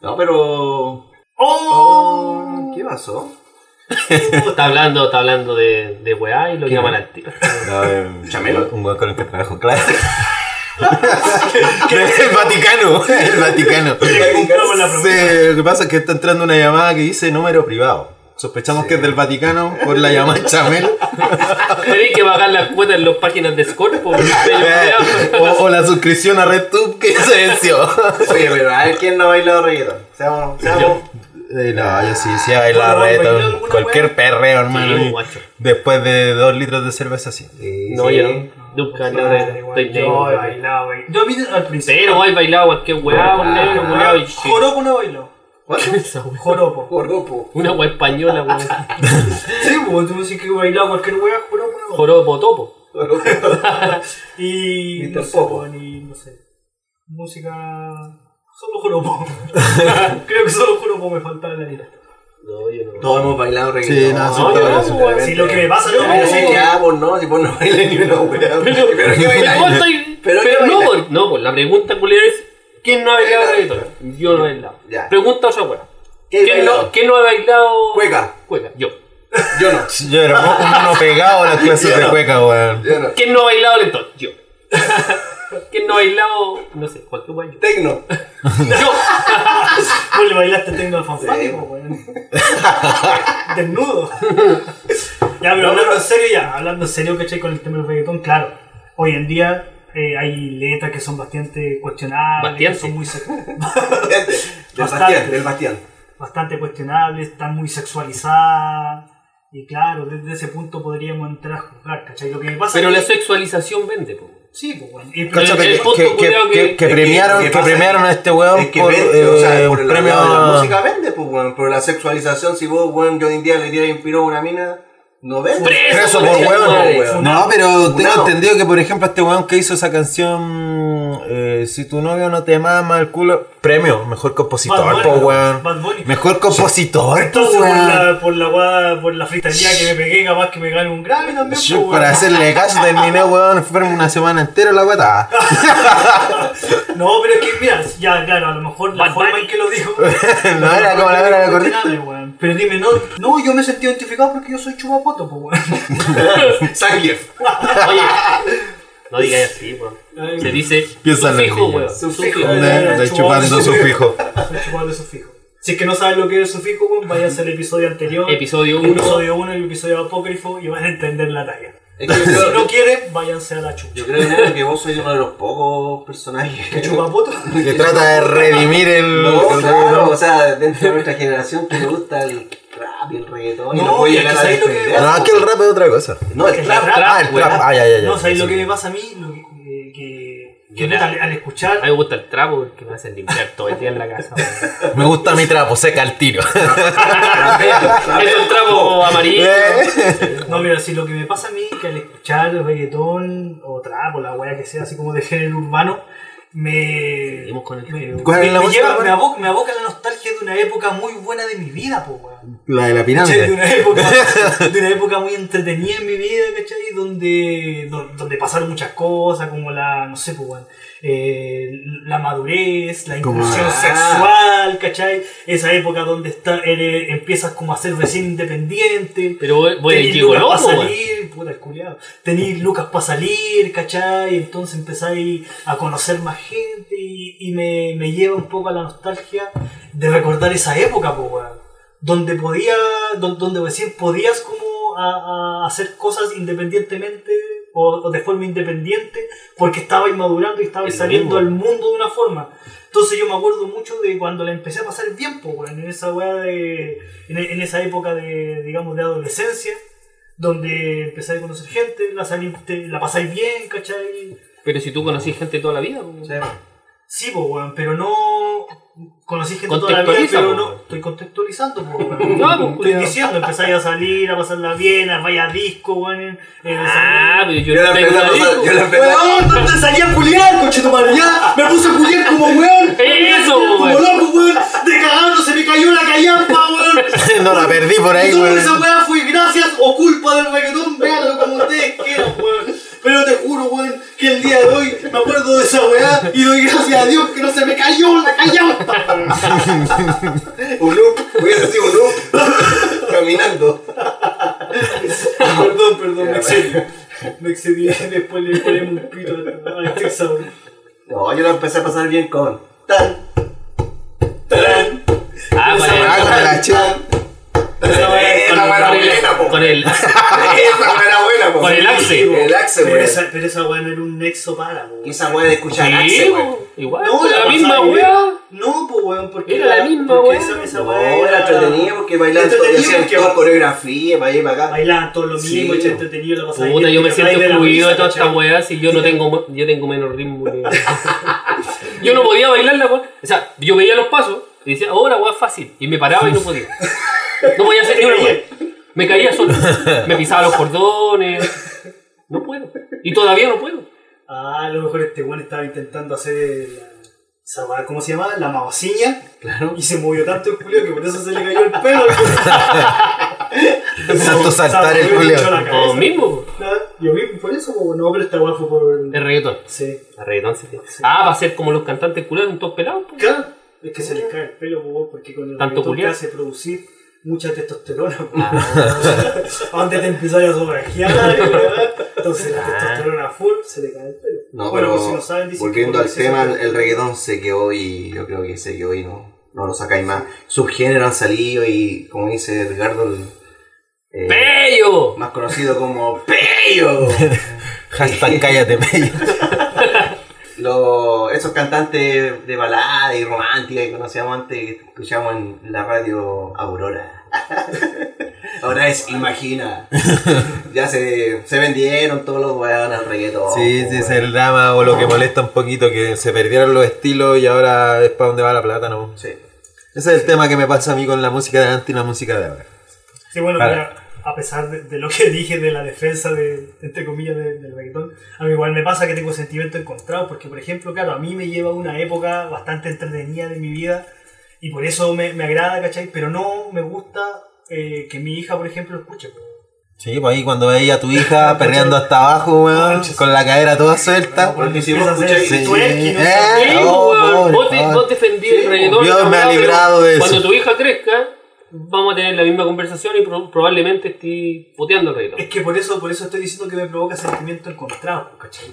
No, pero.
¡Oh!
¿Qué pasó?
Está hablando, está hablando de, de weá y lo llaman al tío.
No, eh,
Chamelo.
Un hueco con el que trabajo, claro. el Vaticano, el Vaticano.
Te compramos la promesa.
Sí, lo que pasa es que está entrando una llamada que dice número privado. Sospechamos que es del Vaticano por la llamada Chamel.
Tenéis que pagar las cuotas en las páginas de Score por
Eh, o, o la suscripción a RedTube que se venció.
Oye, pero a ver quién no ha bailado reggaetón. Seamos. seamos.
Eh, No, yo sí, sí, a la
Bueno, ¿bailó
reto.
alguna
Cualquier
wea?
perreo, hermano.
Sí,
y
guacho.
Después de dos litros de cerveza, sí.
No, yo no. Nunca, no, de-
Ay, weón,
estoy
Yo he
negro.
bailado, weón. Yo a mí al principio. Ah,
Pero hay bailado cualquier weá, un negro, un weá y shit.
Joropo no bailó.
Esa weá.
Joropo.
Gordopo.
Una weá española, weá.
Sí, pues tú me decís que he bailado cualquier weá, joropo no bailó.
Joropo topo.
Y. No
Mr.
sé,
Popo.
weón, y no sé. Música. Solo joropo. Creo que solo joropo me faltaba en la vida.
No, yo no.
Todos hemos bailado
Sí,
reggaetón.
no, sí,
no,
todo
yo no,
eso.
weón.
Si lo que ah. me pasa no
Pero sí, ya, vos no, si vos no bailas ni una wea. Pero, que
Pero,
bailas.
estoy-
Pero
pero,
¿qué
no,
baila?
por, no, por la pregunta culiar es ¿Quién no ha bailado reggaetón? Yo no he bailado.
Ya.
Pregunta otra weá.
¿Qué
¿Quién no,
bailado?
¿Quién no ha bailado?
Cueca.
Cueca, yo.
Yo no.
Yo era un uno pegado a las clases de cueca, weón.
Yo no.
¿Quién no ha bailado lentón? Yo. ¿Quién no ha bailado? No sé, cualquier weá yo.
Tecno.
Yo.
Vos le bailaste tengo al fanfánico, weón. Desnudo. Ya, pero hablando en serio, ya, hablando en serio, ¿cachai? Con el tema del reggaetón, claro. Hoy en día eh, hay letras que son bastante cuestionables,
Bastiante.
que son muy se-
Del
Bastante.
Este, Bastián, del Bastián.
bastante cuestionables, están muy sexualizadas. Y claro, desde ese punto podríamos entrar a juzgar, ¿cachai? Lo que me pasa
Pero
es
la
que-
sexualización vende, po.
Sí, pues, bueno. Y- pero-
Cáchate
el-
que,
el foto,
que- que-
culiao,
que-
que-
que
es que lo
premiaron,
que
que
pasa
premiaron
es-
a este weón
Es que
por,
vende, o sea,
eh,
por
un
el
premio.
lado de la música vende, pues, weón. Pero la sexualización, si vos, weón, yo hoy en día le diera inspiró a una mina, no vende.
Preso,
Preso
por
por
huevo,
huevo.
weón.
No, pero tengo
Funado.
entendido que, por ejemplo, este weón que hizo esa canción, eh, si tu novio no te mama el culo, premio, mejor
Bad
compositor,
Bunny, ¿no?
po weón.
Bad Bunny.
Mejor compositor, po
Entonces, por
weón.
la, por la guada- por la fritaría que me pegué, capaz que me gane un Grammy también.
Yo,
pues, weón.
para hacerle caso terminé, weón, enfermo una semana entera la guata.
No, pero es que, mira, ya, claro, a lo mejor la
Bad
forma
Bunny.
en que lo dijo.
No era como la vera de la corriente.
weón. Pero dime, no, no, yo me sentí identificado porque yo soy chupapoto, pues, weón.
Sánchez.
Oye, no digas así, po. Se dice
Piensa en los
sufijo,
niños.
weón.
Sufijo.
Sufijo.
Está chupando su fijo.
Soy chupapoto de sufijo. Si es que no sabes lo que es el sufijo, weón, vayas al episodio anterior.
Episodio
el
1.
Episodio 1 y el episodio apócrifo y van a entender la talla.
Es que
Si
yo creo,
no quieren, váyanse a la chucha.
yo creo, nene, que vos sois uno de los pocos personajes
¿Qué chupapoto?
Que trata de redimir el.
No,
el-
claro, o sea, dentro de nuestra generación que le gusta el rap y el reggaetón y
No,
no voy
y
a
es que
llegar a
¿sabes lo que-
defender.
No, es que el rap es otra cosa.
No, el
el
trap,
rap,
Ah, el
weón.
trap. Ah, ya, ya, ya.
No, ¿sabéis lo
Sí.
que me pasa a mí? Lo que, que, que,
Yo
puta,
la-
al, al
A
escuchar.
mí me gusta el trapo porque me hacen limpiar todo el día en la casa. weón.
Me gusta mi trapo, seca el tiro.
es el trapo amarillo.
Eh.
No, mira, si lo que me pasa a mí que al escuchar el reggaetón o trap o la weá que sea así como de género urbano, me.
Seguimos con el
me-
género.
¿Cuál
me-
es la
me
música
lleva- me,
urbana?
abo- me aboca la nostalgia de una época muy buena de mi vida, po, weón.
La de la
¿Cachai? De
pirámide.
una época, de una época muy entretenida en mi vida, ¿cachai? Donde, do- donde pasaron muchas cosas, como la, no sé, pues, weón, eh, la madurez, la
Como-
inclusión
ah.
sexual, ¿cachai? Esa época donde está, eres- empiezas como a ser vecino independiente.
Pero voy- voy el
Tenís lucas
gigoló,
para
po, weón.
salir, puta el culiao. Tenís lucas para salir, ¿cachai? Entonces empezáis a conocer más gente y, y me, me lleva un poco a la nostalgia de recordar esa época, po, weón. Donde podía, don- donde recién podías como a- a hacer cosas independientemente o, o de forma independiente porque estabais madurando y estabais
Es lo
saliendo
mismo.
al mundo de una forma. Entonces yo me acuerdo mucho de cuando la empecé a pasar bien, po, weón, en esa weá de, en, en esa época de, digamos, de adolescencia, donde empezáis a conocer gente, la, salí- te- la pasáis bien, ¿cachai?
Pero si tú conocí gente toda la vida, pues. weón.
Sí, po, weón, pero no conocí gente toda la vida,
Contextualiza,
pero
po,
no,
weón.
estoy contextualizando, po, weón.
No, po,
estoy
culiao.
diciendo, empezáis a salir, a pasarla bien, a vaya a disco, weón, en- en el
Ah,
salir.
pero yo,
Yo
no
la
tengo
empecé a
nadie,
pasar, yo
weón.
la empecé a
Weón, ¿dónde salí a culiar, coche tu madre? Ya, me puse a culiar como weón.
Eso,
como
weón.
loco, weón. De cagado se me cayó la callampa, weón.
No la perdí por ahí,
Toda
weón.
esa weá fue gracias o culpa del reggaetón, véanlo como ustedes quieran, weón. Pero te juro, weón, que el día de hoy me acuerdo de esa weá y doy gracias a Dios que no se me cayó la callampa.
Un loop, hubiese sido un loop. Caminando.
perdón, perdón, me excedí. Me excedí, después le ponemos un pito a este sabor.
No, yo la empecé a pasar bien con. Tan, tan,
Ah, con
Ah,
el-
con la chica.
Esa weá es
Esa weá era
con el-
buena, po.
con el.
Esa weá era buena, po.
Con el axe.
El axe,
Pero
weón.
esa, pero esa weá no era un nexo para, weón.
Esa weá de escuchar
Sí,
axe, weón.
weón. Igual, la, misma
pasaba bien.
weá.
No, pues weón, porque
Era la misma
porque
weá.
Esa, esa
No,
weá
era entretenido porque bailaban todo,
Entretenido
hacían
porque-
toda coreografía, para allá y para acá.
Bailaban todos lo
Sí,
mismo, y
weón.
entretenido la pasada.
Puta, yo me siento excluido de toda esta
weá.
weá si yo no tengo yo tengo menos ritmo. que- yo no podía bailarla, weón. O sea, yo veía los pasos y decía, "Oh, ahora weá fácil. Y me paraba y no podía. No podía hacer ni una weá. Me caía solo. Me pisaba los cordones. No puedo. Y todavía no puedo.
Ah, a lo mejor este weón estaba intentando hacer la, esa weá, ¿cómo se llama? La mabociña. Claro. Y se movió tanto el culio que por eso se le cayó el pelo.
Tanto saltar el
culio.
culiao.
Lo mismo, weón.
Yo vi por eso, weón. No, pero esta weá fue por.
el reggaetón.
Sí.
El reggaetón se te- Ah, va a ser como los cantantes culeros en todos pelados. pues. po.
Claro, es que se le cae el pelo, po, porque con el
Tanto
reggaetón te
culiar.
hace producir mucha testosterona. po.
Ah.
Antes te empezáis a sobreagiar, ¿verdad? entonces la
Ah.
testosterona full se le cae el pelo.
No,
bueno,
pero
pues si no saben, dicen
volviendo
que por
al tema, el,
exceso de-
el reggaetón se quedó y yo creo que se quedó y no, no lo sacáis más. Subgéneros han salido y, como dice Ricardo, el- eh,
¡Pello!
más conocido como Peyo.
Hashtag cállate, Pello.
Los- esos cantantes de balada y romántica que conocíamos antes, que escuchamos en la radio Aurora. Ahora es Imagina. Ya se, se vendieron todos los weón al reggaetón.
Sí,
po,
sí, es
weón.
el drama o lo que molesta un poquito, que se perdieron los estilos y ahora es para dónde va la plata, ¿no?
Sí.
Ese es el tema que me pasa a mí con la música de antes y la música de ahora.
Sí, bueno,
Claro.
mira, a pesar de, de lo que dije de la defensa, de, entre comillas, de- del reggaetón, a mí igual me pasa que tengo sentimientos encontrados, porque por ejemplo, claro, a mí me lleva una época bastante entretenida de mi vida y por eso me, me agrada, ¿cachai? Pero no me gusta eh, que mi hija, por ejemplo, lo escuche. po.
Sí, pues ahí cuando veía a tu hija perreando hasta abajo, weón, con la cadera toda suelta.
Ah, Porque si vos
Empieza a hacer
escucháis-
Sí.
twerking, no sé.
Eh,
Sí,
oh,
weón,
pobre,
vos, te-
pobre.
vos defendí el reggaetón.
Dios
la
me ha
weá, pero
librado de
Cuando
eso.
tu hija crezca, vamos a tener la misma conversación y pro- probablemente esté puteando el reggaetón.
Es que por eso, por eso estoy diciendo que me provoca sentimientos encontrados, ¿cachai?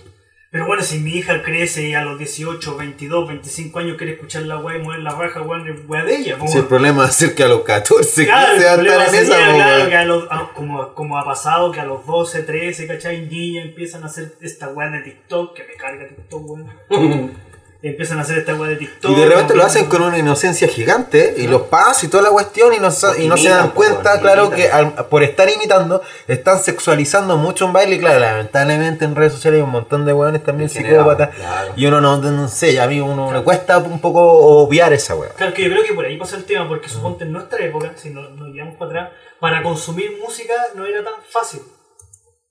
Pero bueno, si mi hija crece y a los 18, 22, 25 años quiere escuchar la weá y mover la raja, weón, es weá de ella, po,
Si el
weón.
problema es que a los 14
Claro,
se va a
el problema
estar en esa,
sería,
po,
claro,
weón.
que a los- a- como, como ha pasado que a los 12, 13, ¿cachai? Niñas empiezan a hacer esta weá de TikTok, que me carga TikTok, weón. empiezan a hacer esta weá de TikTok.
Y de repente lo
como-
hacen con una inocencia gigante ¿eh? y los pasos y toda la cuestión y no, sa- y no se dan
Imitan, pues,
cuenta,
imitan.
claro, que al- por estar imitando están sexualizando mucho un baile. Y claro, lamentablemente en redes sociales hay un montón de hueones también
Degenerados,
psicópatas
claro.
y uno no, no sé, a mí uno le cuesta un poco obviar esa hueá.
Claro, que yo creo que por ahí pasa el tema, porque suponte en nuestra época, si no- nos llevamos para atrás, para consumir música no era tan fácil.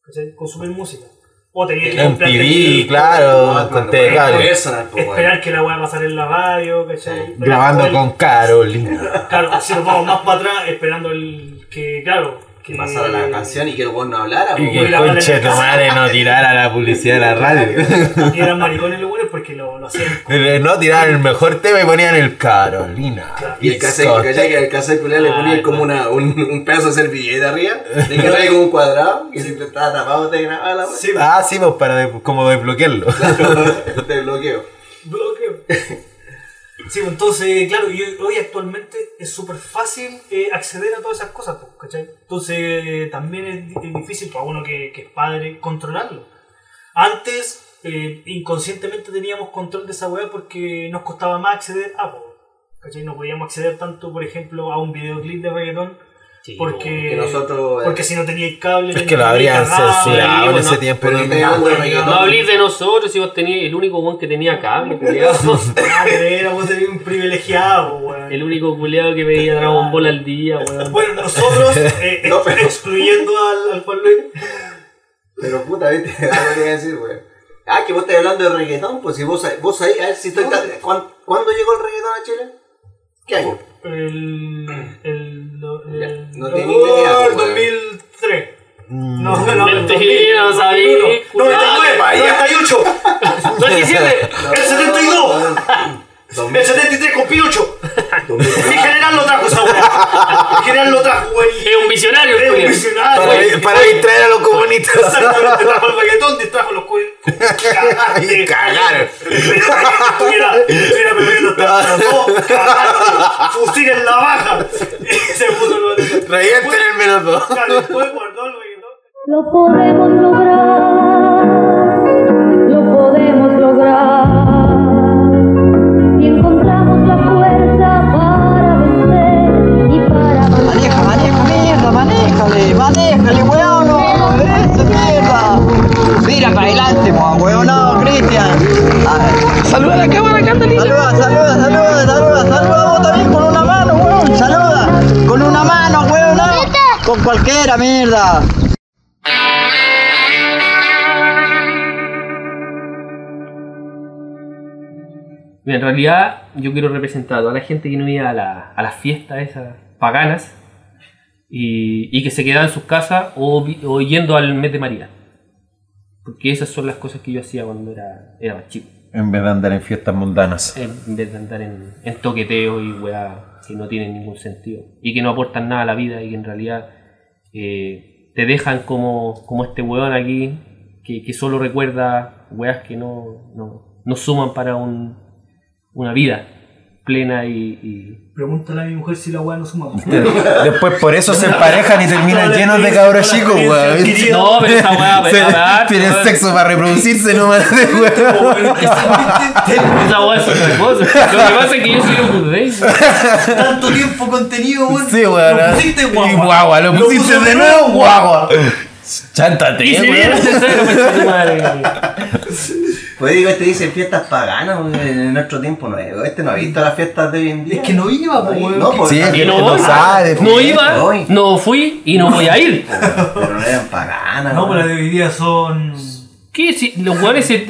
¿cachai? Consumir música. O tenías que
En
comprarte
TV,
el-
claro,
Batman,
con
weón,
TV, claro.
Personal, po, weón.
Esperar que la weá pasara en la radio, ¿cachai?
grabando
Pero-
con Carolina.
Claro, si nos vamos más para atrás, esperando el que, claro, que
Que pasara la canción y que el weón no hablara. po,
Y que
weón.
el conche tu madre no tirara la publicidad de la radio.
Y eran maricones los buenos porque lo, lo hacían.
No tiraban el mejor tema y ponían el Carolina.
Y el cassette, ¿cachai? Que el cassette culiao le ponía como una, un, un pedazo de servilleta arriba, le quedaba como un cuadrado, y si te estaba tapado te grababa la
Sí,
Ah, sí, pues para de- como desbloquearlo.
weá. Te bloqueo.
bloqueo. Sí, pues, entonces, claro, y hoy, hoy actualmente es súper fácil eh, acceder a todas esas cosas, pues, ¿cachai? Entonces, también es, di- es difícil para uno que, que es padre controlarlo. Antes, eh, inconscientemente teníamos control de esa weá porque nos costaba más acceder a, pues, ¿cachai? No podíamos acceder tanto, por ejemplo, a un videoclip de reggaetón
Sí,
porque,
Que nosotros. eh,
porque si no tenías cable...
Es que
tenías
lo habrían
cagado,
censurado en
bueno,
ese tiempo.
pero
¿no?
que te hagan de reggaetón.
No hablís de nosotros si vos tenías el único weón que tenía cable, culiado.
Ah, que era, vos eres un privilegiado, weón.
El único culiado que veía Dragon Ball al día, weón.
Bueno, nosotros, eh, ex-
No, pero-
excluyendo al, al Juan Luis,
Pero puta, viste, algo te iba a decir, weón. Ah, que vos estás hablando de reggaetón, pues si vos, vos ahí, a ver si estoy. tan- ¿cuán- ¿Cuándo llegó el reggaetón a Chile? ¿Qué año?
el. el. do-
Ya,
el-
no tenía idea,
oh, el
weón.
2003.
Mm.
No, no, no, el
Mentira,
2000,
no sabía,
91,
culiao.
99, 98,
¡97!
el 72, el 73 con Pinocho. Mi general lo trajo esa weá. Mi general lo trajo, weón. y-
Es un visionario,
Es un
culiao.
visionario.
Para,
weón.
para distraer a los comunistas.
Exactamente, trajo el reggaetón, trajo los cuellos.
Y cagaron.
Estuviera, estuviera bebiendo hasta los dos, cagaste. Fusil en la baja. Se puso lo
Revienten el menos dos.
Después guardó el reggaetón.
Lo podemos lograr, lo podemos lograr. Si encontramos la fuerza para vencer y para
Maneja,
avanzar.
maneja, mierda, manéjale, manéjale, weón, no, eso, este, mierda. Mira para adelante, po, weón, no, Cristian. Ah, Saluda a la cámara, Catalina. Saluda, saluda, saluda, saluda, saluda vos también con una mano, weón, saluda. Con una mano, weón, no. Con cualquiera, mierda.
Mira, en realidad yo quiero representar a toda la gente que no iba a, la- a las fiestas esas paganas y, y que se quedaba en sus casas o, vi- o yendo al mes de María. Porque esas son las cosas que yo hacía cuando era, era más chico.
En vez de andar en fiestas mundanas.
En vez de andar en, en toqueteo y weá que no tienen ningún sentido y que no aportan nada a la vida y que en realidad eh, te dejan como, como este weón aquí que, que solo recuerda weas que no, no, no suman para un, una vida. plena y- y,
Pregúntale a mi mujer si la weá no suma.
Después por eso se emparejan y terminan llenos de cabros chicos, weón.
No, pero esa weá,
Se-
pero aparte,
Tienen
weón.
sexo para reproducirse nomás, weón.
Esa weá es otra cosa. Lo que pasa es que yo soy un budéis.
Tanto tiempo contenido, weón.
Sí, weón.
Lo pusiste, guagua.
Y guagua, lo pusiste
puso
de nuevo, guagua. Chántate,
Y si
weón.
viene el tercero, me chupa tu madre.
Pues digo, este dice fiestas paganas, weón, en nuestro tiempo no es. Este no ha visto las fiestas de hoy en día.
Es que no iba, po, weón.
No, pues,
Sí,
también
Y no
no
voy.
sabe,
No
pues,
iba,
voy.
no fui y no voy a ir.
Pero no eran paganas,
No,
weón.
pero las de hoy día son.
¿Qué? Si los weones se.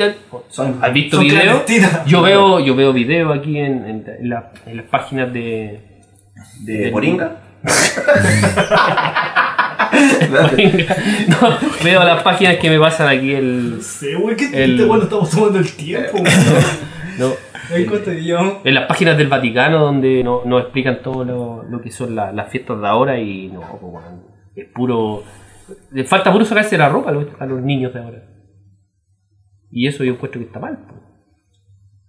Son
¿Has visto
Son
video?
clandestinas.
Yo veo, yo veo video aquí en, en, la- en la- en las páginas de.
de Boringa.
No, veo las páginas que me pasan aquí el.
No sé, weón, qué
El-
triste, weón. no Estamos sumando el tiempo, weón.
No,
Ahí cuánto llevamos.
En las páginas del Vaticano donde no- nos explican todo lo, lo que son la- las fiestas de ahora y no, pues, weón, es puro... Le falta puro sacarse la ropa a los, a los niños de ahora. Y eso yo encuentro que está mal. pues.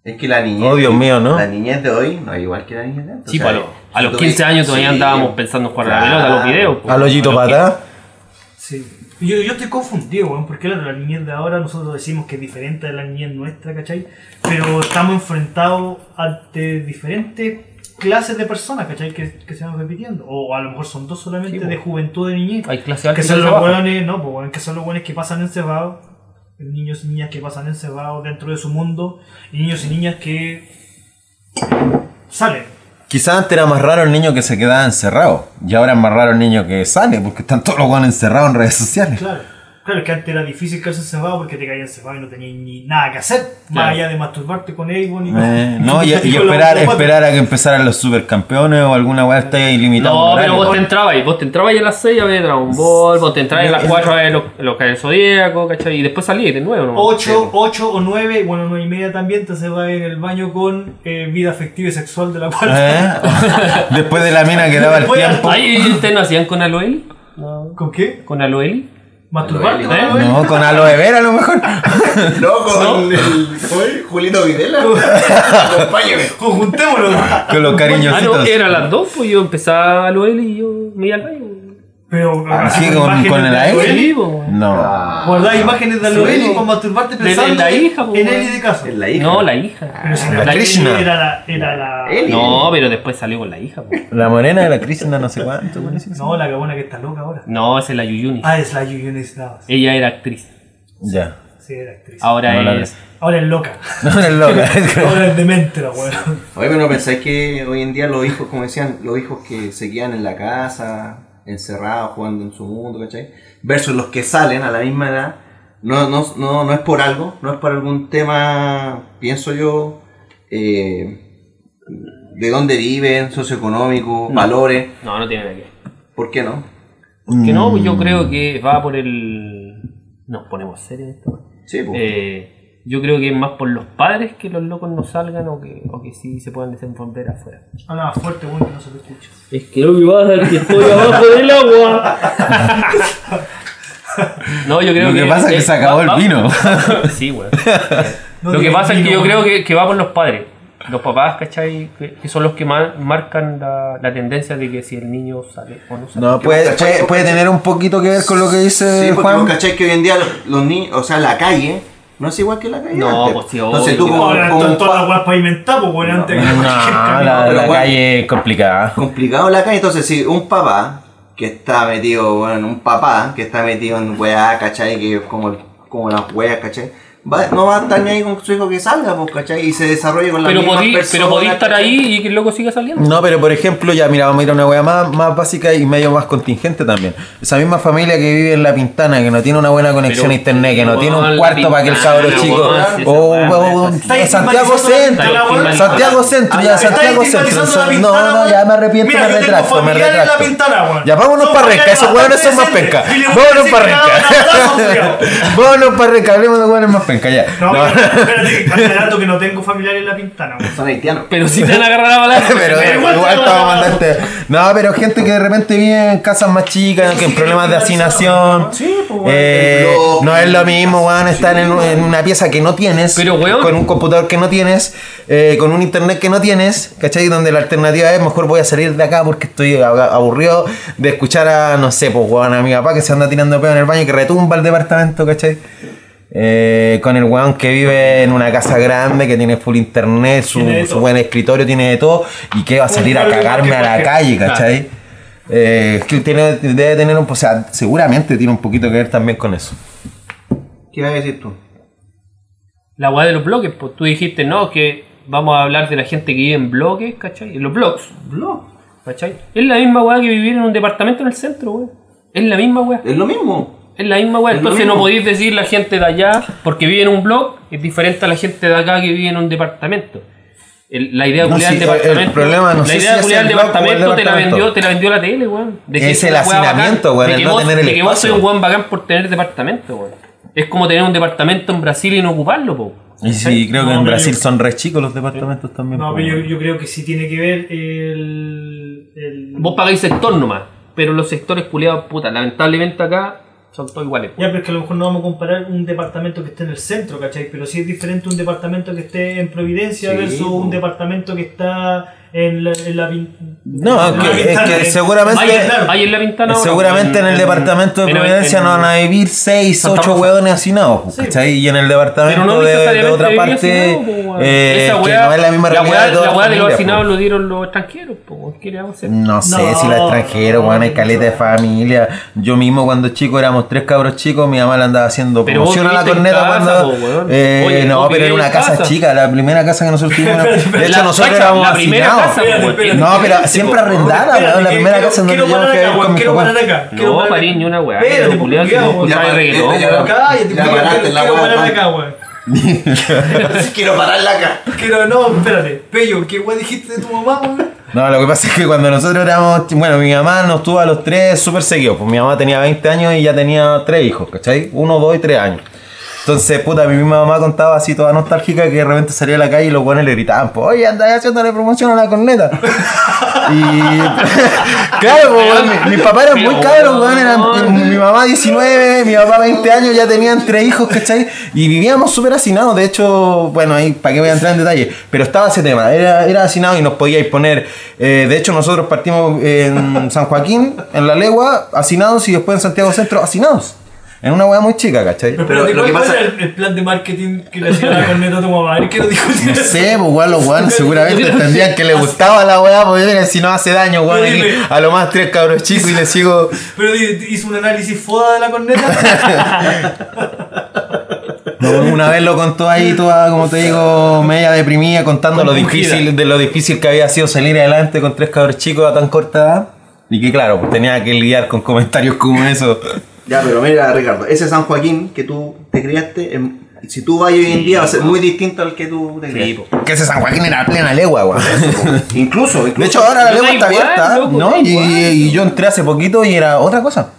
Es que la niñez.
Oh, Dios mío, ¿no?
La niñez de hoy no es igual que la niñez de antes.
Sí,
O sea,
pues, a, los- a los
tú
15
ves-
años todavía
sí,
andábamos pensando en jugar a la
claro.
pelota, eh, a los videos. pues.
Al hoyito
A los
para atrás.
Sí. Yo, yo estoy confundido, weón, porque claro, la niñez de ahora nosotros decimos que es diferente de la niñez nuestra, ¿cachai? Pero estamos enfrentados ante diferentes clases de personas, ¿cachai? Que, que se van repitiendo. O a lo mejor son dos solamente de juventud de niñez.
15. Hay clase alta
que
y
son
clase
los
baja.
hueones, no, pues, weón, que son los hueones que pasan encerrados, niños y niñas que pasan encerrados dentro de su mundo, y niños y niñas que salen.
Quizás antes era más raro el niño que se quedaba encerrado. Y ahora es más raro el niño que sale, porque están todos los guanes encerrados en redes sociales.
Claro, claro, es que antes era difícil quedarse encerrado porque te caías encerrado y no tenías ni nada que hacer, más allá de masturbarte con Avon y
Eh, no, y,
con-
y
con la
esperar,
otra
esperar a que empezaran los supercampeones o alguna weá está ilimitada.
No, pero vos te entrabas, y- vos te entrabas y a las 6 a ver Dragon Ball, vos te entrabas y a las 4 a ver los, los Caballeros Zodíaco, ¿cachai? Y después salías de nuevo,
pata.
¿no?
pues.
Ocho, ocho o nueve, bueno, nueve y media también, entonces va en el baño con eh, vida afectiva y sexual de la cual.
¿Eh? Después de la mina que daba el
Voy a-
tiempo.
Ay, ¿ustedes no hacían con Aloeli?
¿Con qué?
¿Con Aloeli?
¿Masturbarte?
Aloe,
¿no?
No, con aloe vera a lo mejor.
No, con el. ¿cómo es? Julito Videla. Acompáñame.
Juntémoslo.
Con los
Ah, no,
cariñositos.
era las dos, pues yo empezaba a Loel y yo me iba al baño.
Ah,
Pero
Así
así
con,
imágenes
con el
de Aloeli,
aire.
po.
No.
Guardar imágenes de Aloeli
Sí.
para masturbarte
De- de
pensando
la hija, po,
en
weón.
Eli de caso.
Es la hija.
No, la hija.
Pero si
La
Eli
Krishna.
Era la, era la-
Eli.
No, pero después salió con la hija. po.
La morena de la Krishna, no sé cuánto. weón, es eso.
No, la cabona que está loca ahora.
No, esa es la Yuyuni.
Ah, es la Yuyuni Navas.
Ella era actriz.
Ya.
Sí, era actriz.
Ahora
No la
es.
Ahora es loca.
No eres loca.
Ahora es demente la weón.
Oye, pero pensáis que hoy en día los hijos, como decían, los hijos que se quedan en la casa, encerrados, jugando en su mundo, ¿cachai? Versus los que salen a la misma edad, no, no, no, no es por algo, no es por algún tema, pienso yo, eh, de dónde viven, socioeconómico, valores,
No, no tiene nada que ver.
¿por qué no?
Que no, pues yo creo que va por el. Nos ponemos serios en esto. weón.
Sí, pues.
Eh, yo creo que es más por los padres que los locos no salgan o que, o que sí se puedan desenvolver afuera.
Habla más fuerte, weón, que no se te escucha.
Es que no me pasa que estoy abajo del agua. No, yo creo eh,
Lo que pasa es que se acabó
va-
el
va-
vino.
Sí, weón.
No
Lo que
digas
pasa es que
vino,
yo creo
weón.
que, que va por los padres. Los papás, ¿cachai? Que, que son los que más marcan la, la tendencia de que si el niño sale o no sale.
No, puede, puede, puede tener un poquito que ver con lo que dice
Sí, porque
Juan.
vos cachai que hoy en día los, los niños, o sea, la calle, no es igual que la calle.
No,
antes.
pues sí,
Entonces
obvio.
tú como,
Ahora
como
están todas las weas pavimentadas, pues weón, antes que cualquier
No,
camino.
Ah, la,
pero
la
bueno.
calle es complicada.
complicado la calle. Entonces, si un papá que está metido, bueno, un papá que está metido en weá, ¿cachai? Que como, como las weas, ¿cachai? Va- no va a estar ni ahí con su hijo que salga, pues, ¿cachai? Y se desarrolle con la
Pero
misma
podí, pero podí estar ahí y que el loco siga saliendo.
No, pero por ejemplo, ya mira, vamos a ir a una weá más, más básica y medio más contingente también. Esa misma familia que vive en La Pintana, que no tiene una buena conexión a
Pero,
internet, que no tiene
weón,
un
La
cuarto para que el
Pintana,
cabro chico.
weón, si esa
O
weá
weón,
no es
o Santiago
estigmatizando la
Centro.
Pintana,
weón.
Santiago Centro, ya,
Está
Santiago Centro.
estigmatizando la
son-
Pintana,
No, no,
weón.
ya me arrepiento,
Mira,
me
yo tengo
retracto, me
familiares en La
retracto.
Pintana, weón.
Ya vámonos
Son
para Renca,
familiares
esos weones son más
bastante
pesca.
decentes. Y le voy a
Vámonos
decir
para
que le
Renca.
hagan un abrazo, culiao.
Vámonos para Renca, hablemos de weones más Calla.
No,
No.
espérate, espérate, dato que no tengo familiares en la pintana. weón.
Son haitianos.
Pero si te van a agarrar a balazo.
pero
Pero igual
igual,
te lo
te va a
mandamos.
mandarte. No, pero gente que de repente vive en casas más chicas,
Eso
que
sí
en
que
problemas de
es
asignación.
Sí, pues, weón.
Eh,
El blog.
no es lo mismo, weón, estar en, en una pieza que no tienes,
Pero, weón.
con un computador que no tienes, eh, con un internet que no tienes, ¿cachai? Donde la alternativa es mejor voy a salir de acá porque estoy ab- aburrido de escuchar a, no sé, pues, weón, a mi papá que se anda tirando pedo en el baño y que retumba el departamento, ¿cachai? Eh, con el weón que vive en una casa grande, que tiene full internet, su,
Tiene de
su
todo.
buen escritorio, tiene de todo, y que va a salir a
Claro,
cagarme a la
porque-
calle, ¿cachai? Eh, que tiene, debe tener un, o sea, seguramente tiene un poquito que ver también con eso.
¿Qué vas a decir tú?
La weá de los bloques, pues tú dijiste, no, que vamos a hablar de la gente que vive en bloques, ¿cachai? En los blogs.
No,
¿Cachai? Es la misma weá que vivir en un departamento en el centro, weón. Es la misma weá.
es lo mismo.
Es la misma weá.
Es lo
Entonces no
mismo.
podéis decir la gente de allá, porque vive en un blog, es diferente a la gente de acá que vive en un departamento. El- la idea de
No,
culiar
sí,
del
el- el
departamento.
problema no
la
sé
idea
si es
culiar
el
del
blog o el
departamento te la
departamento.
vendió, te la vendió la tele, weón. De que
Es
esa
el
weá bacán,
hacinamiento, weón,
de
el
que
no
vos-
tener el
De que vos
espacio.
sois un weón bacán por tener departamento, weón. Es como tener un departamento en Brasil y no ocuparlo, po.
Y sí, creo que
No,
en
pero
Brasil
yo-
son re chicos los departamentos también.
No,
po,
pero yo,
weón.
yo creo que sí tiene que ver el. el-
Vos pagáis sector nomás, pero los sectores culiados, puta, lamentablemente acá son todos iguales.
Ya, pero es que a lo mejor no vamos a comparar un departamento que esté en el centro, ¿cachai? Pero sí es diferente un departamento que esté en Providencia
Sí,
versus
po.
un departamento que está en la. En la pin-
No,
en la
que- es
pintana,
que
en-
seguramente-
Vaya, claro.
Hay en la ventana ahora,
Seguramente en, el departamento de
mira,
Providencia
en-
no van a vivir 6,
Santa
8
Rosa.
hueones hacinados, po, ¿cachai? Y en el departamento
Pero no
de- de,
necesariamente
otra
vivir
parte,
hacinado, po, pues, weón.
eh,
Esa
que
weá-
no es la misma realidad
weá-
de
La
todas las
weá de los
familias, pues. po.
hacinados lo dieron los extranjeros, po, weón. ¿qué le vamos a hacer?
No sé
No,
si los extranjeros, weón, hay caleta de familia. Yo mismo cuando chico éramos tres cabros chicos, mi mamá le andaba haciendo
Pero
promoción a
vos
la
viviste en
corneta
casa,
cuando.
po, weón.
Eh,
Oye,
no,
vos
pero era
vivís
una
en
casa,
casa.
chica, la primera casa que nosotros tuvimos. de hecho,
La-
nosotros
cacha,
éramos
La primera
hacinados.
casa, po,
Espérate,
weón.
espérate.
No, pero
Espérate,
siempre
po.
arrendada,
Espérate,
weón, Ah, la
que-
primera
quiero-
casa en
quiero
donde yo me
parar
fui a
acá,
vivir
weón,
con mis
quiero
papás.
parar acá, quiero
No,
parar
parín, ni una weá.
Espérate,
Pero,
po,
culiao, si
culiao,
vos escucháis
ya,
reggaetón,
ya, ya,
weón.
ya.
Cállate,
La
quiero-
paraste, la
este Quiero
weá,
parar
man.
acá, weón.
Quiero pararla acá.
Quiero, no, espérate. Pello, ¿qué weón dijiste de tu mamá, weón?
No, lo que pasa es que cuando nosotros éramos. chi- Bueno, mi mamá nos tuvo a los tres súper seguidos. Pues mi mamá tenía 20 años y ya tenía tres hijos, ¿cachai? Uno, dos y tres años. Entonces, puta, mi misma mamá contaba así toda nostálgica que de repente salía a la calle y los buenos le gritaban, pues, oye, andás haciéndole promoción a la corneta. y. claro, pues, weón, mi- mis papás eran muy cabros, weón. eran- mi mamá 19, mi papá 20 años, ya tenían tres hijos, ¿cachai? Y vivíamos súper hacinados. De hecho, bueno, ahí, ¿para qué voy a entrar en detalle? Pero estaba ese tema, era, era hacinado y nos podíais poner. eh, de hecho, nosotros partimos en San Joaquín, en La Legua, hacinados y después en Santiago Centro, hacinados. En una hueá muy chica, ¿cachai?
Pero, espérate,
lo
¿cuál
que
cuál
pasa-
era el, el plan de marketing que le hacía la corneta a tu mamá? ¿Qué lo dijo?
No sé, pues weón, los weones seguramente entendían que le gustaba la weá, porque miren, si no hace daño, weón, aquí
Dime.
a lo más tres cabros chicos y le sigo.
Pero di- hizo un análisis foda de la corneta.
No, Una vez lo contó ahí toda, como te digo, media deprimida, contando lo difícil, de lo difícil que había sido salir adelante con tres cabros chicos a tan corta edad. Y que claro, pues tenía que lidiar con comentarios como eso.
Ya, pero mira, Ricardo, ese San Joaquín que tú te criaste, em, si tú vas hoy en día va a ser muy distinto al que tú te criaste.
Que ese San Joaquín era plena legua, weón.
incluso, incluso.
De hecho, ahora la
No,
legua
da
está
igual,
abierta,
loco,
¿no?
da
Y,
igual.
y yo entré hace poquito y era otra cosa.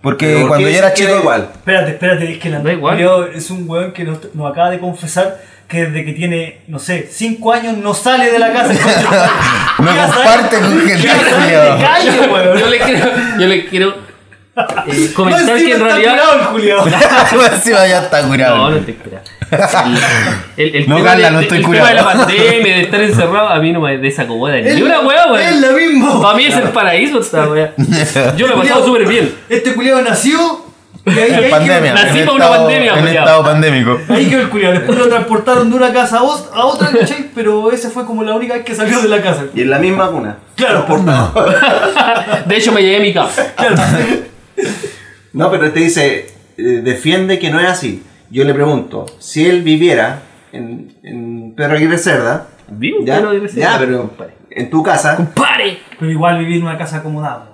Porque
Pero ¿por
cuando
qué
yo era
dices que
chico.
da igual.
espérate, espérate, es que el Andrés
igual.
culiao es un weón que nos, nos acaba de confesar que desde que tiene, no sé, 5 años no sale de la casa.
No
¿Qué hace?
comparte con gente,
¿Qué hace?
culiao.
Te callo, weón.
Yo le quiero, yo le quiero eh,
No,
comentar
encima
que en
está
realidad.
curado el culiao.
Más encima ya Pues está curado.
No, no estoy curado. El, el
No,
tema
Carla,
de-
no estoy
el
curado.
tema de la pandemia, de estar encerrado, a mí no me desacomoda ni una weá, weón.
Es lo mismo.
Para mí es el paraíso esta weá. Yo lo he pasado súper bien.
Este culiao nació y ahí,
En
ahí
pandemia.
nací
en
para una
estado-
pandemia, pues,
En
culiao.
estado pandémico.
quedó- Ahí quedó el culiao. Después lo transportaron de una casa a os- a otra, ¿cachai? Pero esa fue como la única vez que salió de la casa.
Y en la misma cuna.
Claro, por
De hecho, me llegué a mi casa.
No, pero te dice, eh, defiende que no es así. Yo le pregunto, si él viviera en, en Pedro Aguirre Cerda,
Vivo,
ya,
Pedro Aguirre Cerda.
ya, pero en tu casa,
¡Pare!
Pero igual vivir en una casa acomodada.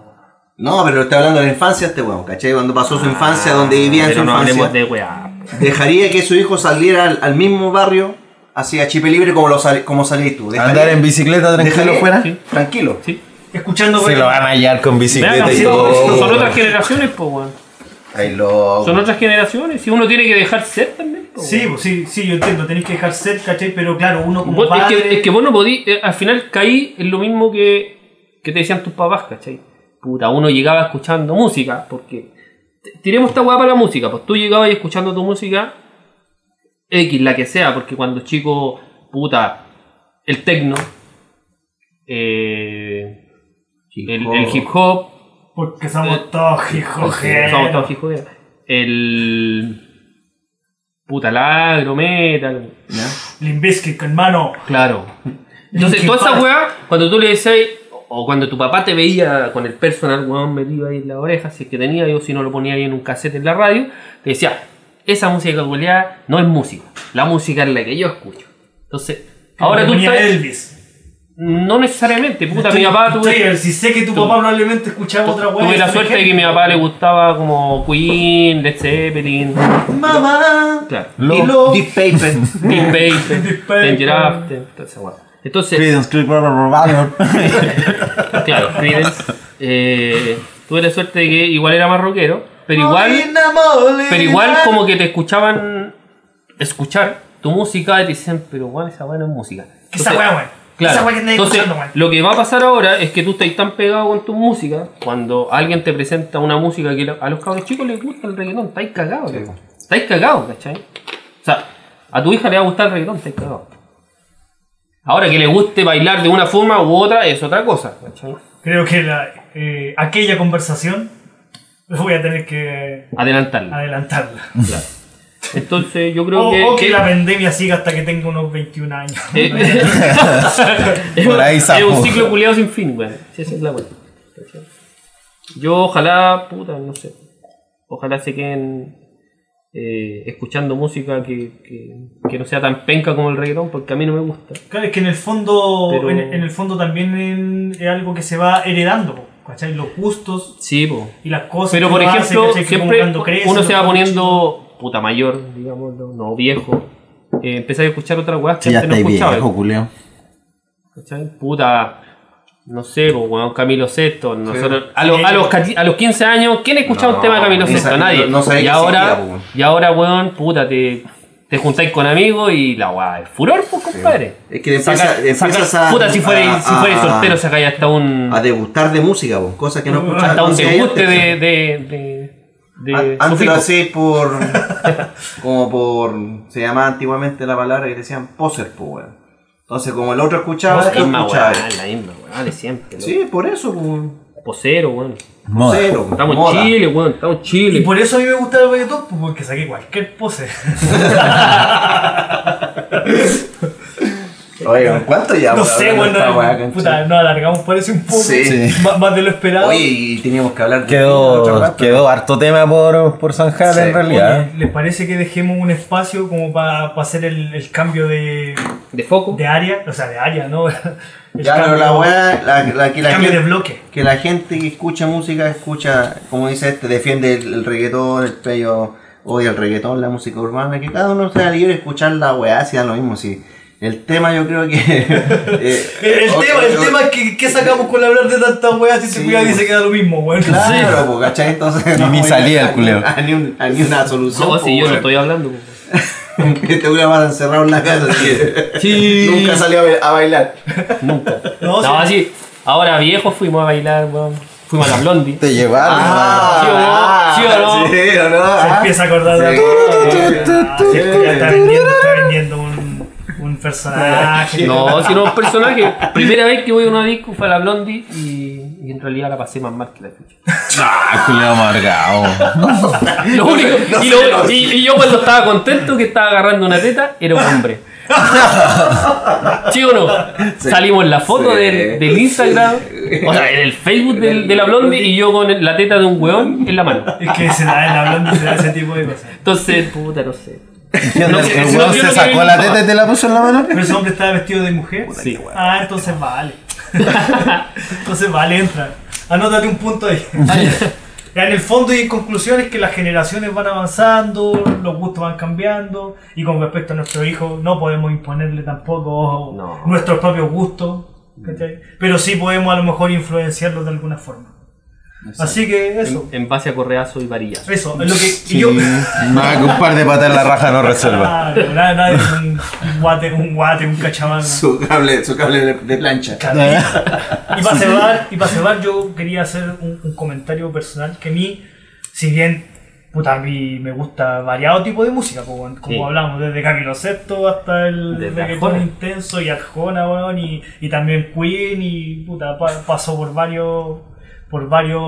no, pero está hablando de la infancia este huevón, ¿cachai? Cuando pasó su infancia, donde vivía en su
Ah, Pero no
infancia,
hablemos de weá.
dejaría que su hijo saliera al, al mismo barrio, hacia Chipe Libre, como, lo sali- como salís tú. Dejaría-
Andar en bicicleta tranquilo
dejaría-
fuera.
Sí.
Tranquilo.
Sí.
Escuchando
Se lo van a hallar con bicicleta
Vean,
y
son-
todo.
son otras generaciones, po, weón.
Ay, loco.
Oh. Son otras generaciones. Si uno tiene que dejar ser también. también. po,
Sí, pues, sí, sí, yo entiendo, tenéis que dejar set, ¿cachai? Pero claro, uno como
Vos- es,
padre...
que, es que vos no podí, eh, al final caí en lo mismo que, que te decían tus papás, ¿cachai? Puta, uno llegaba escuchando música, porque t- tiremos esta guapa para la música, pues tú llegabas y escuchando tu música, X, la que sea, porque cuando chico, puta, el tecno, eh, el, el hip hop,
Porque somos todos hijos
Porque eh, somos todos hijos de- el puta la agro metal,
Limbisky, hermano.
Claro. Entonces,
Linkin
toda esa
Park.
weá, cuando tú le decías, o cuando tu papá te veía con el personal weón metido ahí en la oreja, si es que tenía, yo si no lo ponía ahí en un cassette en la radio, te decía, esa música culiada no es música, la música es la que yo escucho. Entonces, ahora tú
Ponía
sabes,
Elvis.
no necesariamente, puta,
Estoy-
mi papá tuve-
estoy- Ah, Si sé que tu
tu-
papá probablemente escuchaba otra weá.
tuve la suerte de que a mi papá le gustaba como Queen, Led Zeppelin,
Mamá.
claro.
Y lo-
Deep Paper.
Deep Paper,
Deep Paper.
Danger After, toda esa weá. Entonces,
Creedence Clearwater Revival.
claro, Creedence, eh, tuve la suerte de que igual era más rockero, pero igual, pero igual como que te escuchaban escuchar tu música y te dicen, pero igual esa weá no es música.
Que esa weá, weón.
Claro.
Esa weá que andáis
Entonces,
escuchando, weón.
lo que va a pasar ahora es que tú estás tan pegado con tu música, cuando alguien te presenta una música que lo- a los cabros chicos les gusta el reggaetón, estáis cagados, loco. estáis cagados, ¿cachai? O sea, a tu hija le va a gustar el reggaetón, estáis cagados. Ahora que le guste bailar de una forma u otra es otra cosa, ¿cachai?
Creo que la, eh, aquella conversación voy a tener que
Adelantarla.
adelantarla.
Entonces yo creo
O o que,
que... que-
la pandemia siga hasta que tenga unos 21 años.
Eh, es,
Por ahí
es
sapo.
un ciclo culiado sin fin, weón. Sí, esa es la weá. ¿Cachai? Yo ojalá, puta, no sé. Ojalá se queden eh, escuchando música que, que, que no sea tan penca como el reggaetón, porque a mí no me gusta.
Claro, es que en el fondo,
Pero-
en, en el fondo también en- es algo que se va heredando, po, ¿cachai? Los gustos
Sí, po.
y las cosas.
Pero
que
por
uno hace,
ejemplo,
Ah, ¿cachai? Que como
siempre
cuando crece,
uno se va
los-
poniendo puta mayor, digamos, no viejo. Eh, empezás a escuchar otras weas que
ya
antes no
estáis
escuchaba.
viejo, culeo.
¿Cachai? Puta, no sé, po, weón, Camilo Sesto. Nosotros,
Sí.
a, los, a, los, cati- a los 15 años, ¿quién escuchaba un
No,
tema de Camilo
ni
Sesto?
sabía-
Nadie.
no sabía
y,
que
ahora,
existía, po, weón.
y ahora, weón, puta, te, te juntáis con amigos y la weá, el furor, pues, compadre.
Es que empieza- empiezas a-
puta, si fuera,
a-
si fuera
a-
soltero, sacáis hasta un,
A degustar de música, po, cosas que no escuchaba.
hasta
no
un
hacía
deguste
antes,
de. de, de,
An-
de
Antes lo
sufijo.
hacéis por. como por. se llamaba antiguamente la palabra que decían poser, pues, weón. Entonces, como el otro escuchaba,
La
tú
misma weá,
escuchabas.
Ah, la misma weá de siempre.
Sí, por eso, pues.
loco. Posero, weón.
Moda.
Cero, po,
Estamos
moda.
en Chile, weón, estamos en
Y
Chile.
por eso a mí me gusta el reggaetón, pues, porque saqué cualquier pose.
Oigan, ¿cuánto ya?
no
weón,
sé,
hablando de
weón.
esta weá,
No,
cancha?
puta, nos alargamos parece un poco.
Sí. Sí.
Más, más de lo esperado.
Oye, y teníamos que hablar de. otro
Quedó,
rato.
quedó harto tema por, por zanjar
Sí.
en realidad.
Oye, ¿Les parece que dejemos un espacio como para hacer el, el cambio de,
De foco.
de área? O sea, de área, ¿no? El
Ya, pero la weá, la, la, que la
cambio de
gente,
bloque.
que la gente que escucha música, escucha, como dice este, defiende el, el reggaetón, el pello, odia el reggaetón, la música urbana, que cada uno sea libre de escuchar la weá, si da lo mismo, si. El tema yo creo que... eh,
El, el
o-
tema, el
o-
tema es que, que sacamos con hablar de tantas weas y se
Sí.
cuida dice que da lo mismo, weón.
Claro, po, ¿cachai? Entonces...
Y ni
voy
salía
a-
el culeo.
a Ni, un- a ni una solución.
No,
po,
si yo no
weón.
estoy hablando, po.
Este weón va encerrado en la casa, así que
Sí.
Nunca salió a ba- a bailar.
Nunca.
No,
No,
sí.
así. Ahora viejos fuimos a bailar, weón. Fuimos a la blondie.
Te llevaron.
¿sí o no? ¿Sí o no?
Sí o no,
Se
ah.
empieza a acordar de
Sí.
Ah, sí, ya está vendiendo, está vendiendo un, un personaje.
No, si no, un personaje. Primera vez que voy a una disco fue a la blondie y, y en realidad la pasé más mal que la chucha.
Ah, culeo amargado.
Lo único, y, lo- y- y yo cuando estaba contento que estaba agarrando una teta, era un hombre. ¿Sí o no? Salimos en la foto
Sí.
del, del Instagram, o sea, en el Facebook del- de la blondie y yo con el- la teta de un weón en la mano.
Es que se la dan hablando y se da ese tipo de cosas.
Entonces, puta, no sé. No, si-
El
si no,
weón
yo
se
no
sacó
quiero
la
ir
teta
más.
y te la puso en la mano.
Pero ese hombre estaba vestido de mujer.
Sí.
Ah, entonces vale. entonces vale, entra. Anótate un punto ahí. Ya, En el fondo y en conclusión es que las generaciones van avanzando, los gustos van cambiando y con respecto a nuestros hijos no podemos imponerle tampoco
No.
nuestros propios gustos, ¿cachai? pero sí podemos a lo mejor influenciarlos de alguna forma. Así que eso.
En base a correazo y varillazo.
Eso, es lo que y yo.
Más que un par de patas en la raja no resuelva.
Claro, nada, nada, es un un guate, un guate, un cachamán.
Su cable, su cable de, de plancha.
Y para cerrar, y para cerrar, yo quería hacer un, un comentario personal que a mí, si bien puta, a mí me gusta variado tipo de música, po, weón, como
Sí.
hablamos, desde Camilo Sesto hasta el
Desde
reggaetón
Arjona.
intenso y Arjona, weón, y, y también Queen y puta, pa- pasó por varios por varios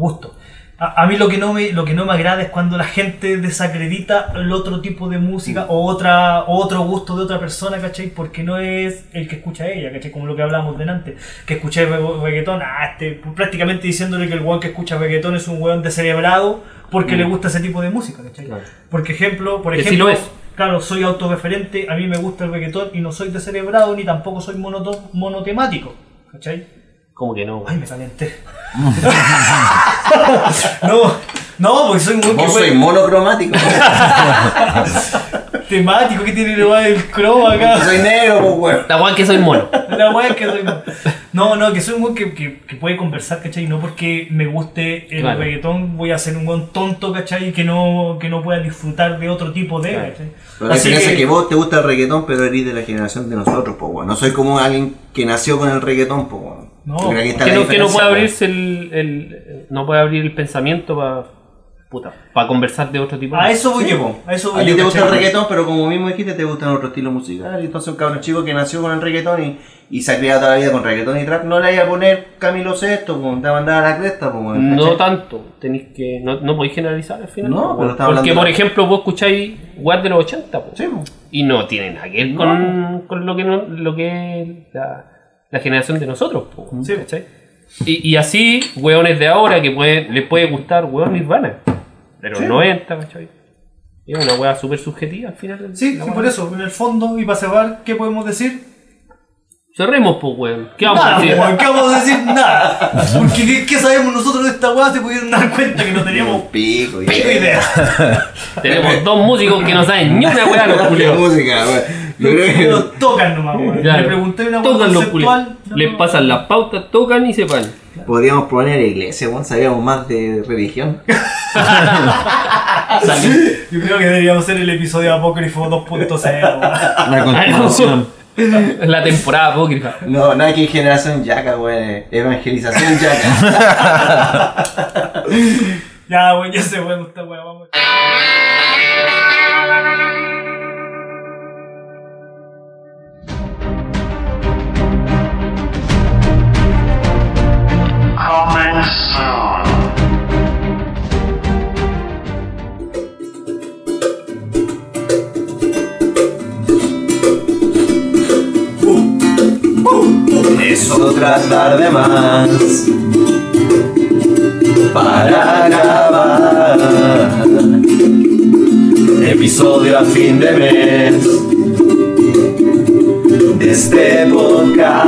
gustos. A, a mí lo que no me lo que no me agrada es cuando la gente desacredita el otro tipo de música o otra o otro gusto de otra persona, ¿cachai? Porque no es el que escucha ella, ¿cachai? Como lo que hablábamos delante, que escuché re- reggaetón, ah, este, prácticamente diciéndole que el weón que escucha reggaetón es un weón descerebrado porque le gusta ese tipo de música, ¿cachai?
Mm. Claro.
Porque ejemplo, por
Que sí
ejemplo,
lo es.
claro, soy autorreferente, a mí me gusta el reggaetón y no soy descerebrado ni tampoco soy monoto- monotemático, ¿cachai?
Como que no,
Ay, me calenté. no, no, porque soy un weón que
Vos
fue
soy monocromático.
temático que tiene nomás el croma acá.
soy negro, pues, weón.
La guan que soy mono.
La weá es que soy. No, no, que soy un weón que, que, que puede conversar, ¿cachai? No porque me guste el
Claro.
reggaetón voy a ser un weón tonto, ¿cachai? Que no, que no pueda disfrutar de otro tipo de. ¿cachai?
Pero la
Así
diferencia
que-
es que vos te gusta el reggaetón, pero eres de la generación de nosotros, pues, weón. No soy como alguien que nació con el reggaetón, pues, weón.
No,
Yo creo que ahí está
Que
la
no, que no
diferencia,
puede
weón.
abrirse el, el- No puede abrir el pensamiento para. Puta. Para conversar de otro tipo.
A eso voy
Sí,
yo,
po.
a eso voy
A ti
yo,
te gusta el
¿cachai?
reggaetón, pero como mismo dijiste, te gustan otros estilos musicales. Entonces, un cabrón chico que nació con el reggaetón y, y se ha criado toda la vida con reggaetón y trap, no le vaya a poner Camilo Sexto, pues, te va a mandar a la cresta, pues, weón,
No
¿cachai?
tanto, tenéis que. No, no podéis generalizar al final.
No,
po,
pero estaba
Porque,
hablando-
por ejemplo, vos escucháis Guard de los 80, po,
Sí, po.
y no tiene nada que ver con, con lo que, no- lo que es la, la generación de nosotros, po,
Mm.
¿cachai? Y, y así, hueones de ahora que puede, les puede gustar hueón Nirvana, pero los 90, ¿cachai? Es una hueá súper subjetiva al final.
Sí,
La
sí,
hueá-
por eso, en el fondo, y para cerrar, ¿qué podemos decir?
Cerremos, pues, hueón. ¿Qué vamos
Nada,
a decir?
weón, ¿qué vamos a decir? Nada. Porque ¿qué, qué sabemos nosotros de esta weá? Se pudieron dar cuenta que no teníamos
Pico,
pico
idea.
idea.
Tenemos dos músicos que no saben ni una hueá, los
Qué
culiados.
música, weón. Yo creo
Pero tocan nomás, weón.
Claro.
Le pregunté una weá
Tocan los culiados.
conceptual. no,
Les
no.
pasan las pautas, tocan y se van.
que podríamos poner iglesia, weón. Sabíamos más de religión.
Ah, Yo creo que deberíamos hacer el episodio apócrifo 2.0.
La continuación.
Ah, La temporada apócrifa.
No, nada que generación yaca, weón. Evangelización yaca.
ya, güey, Ah, ya se bueno esta weá, vamos.
Es otra tarde más. Para acabar. Episodio a fin de mes. De este podcast.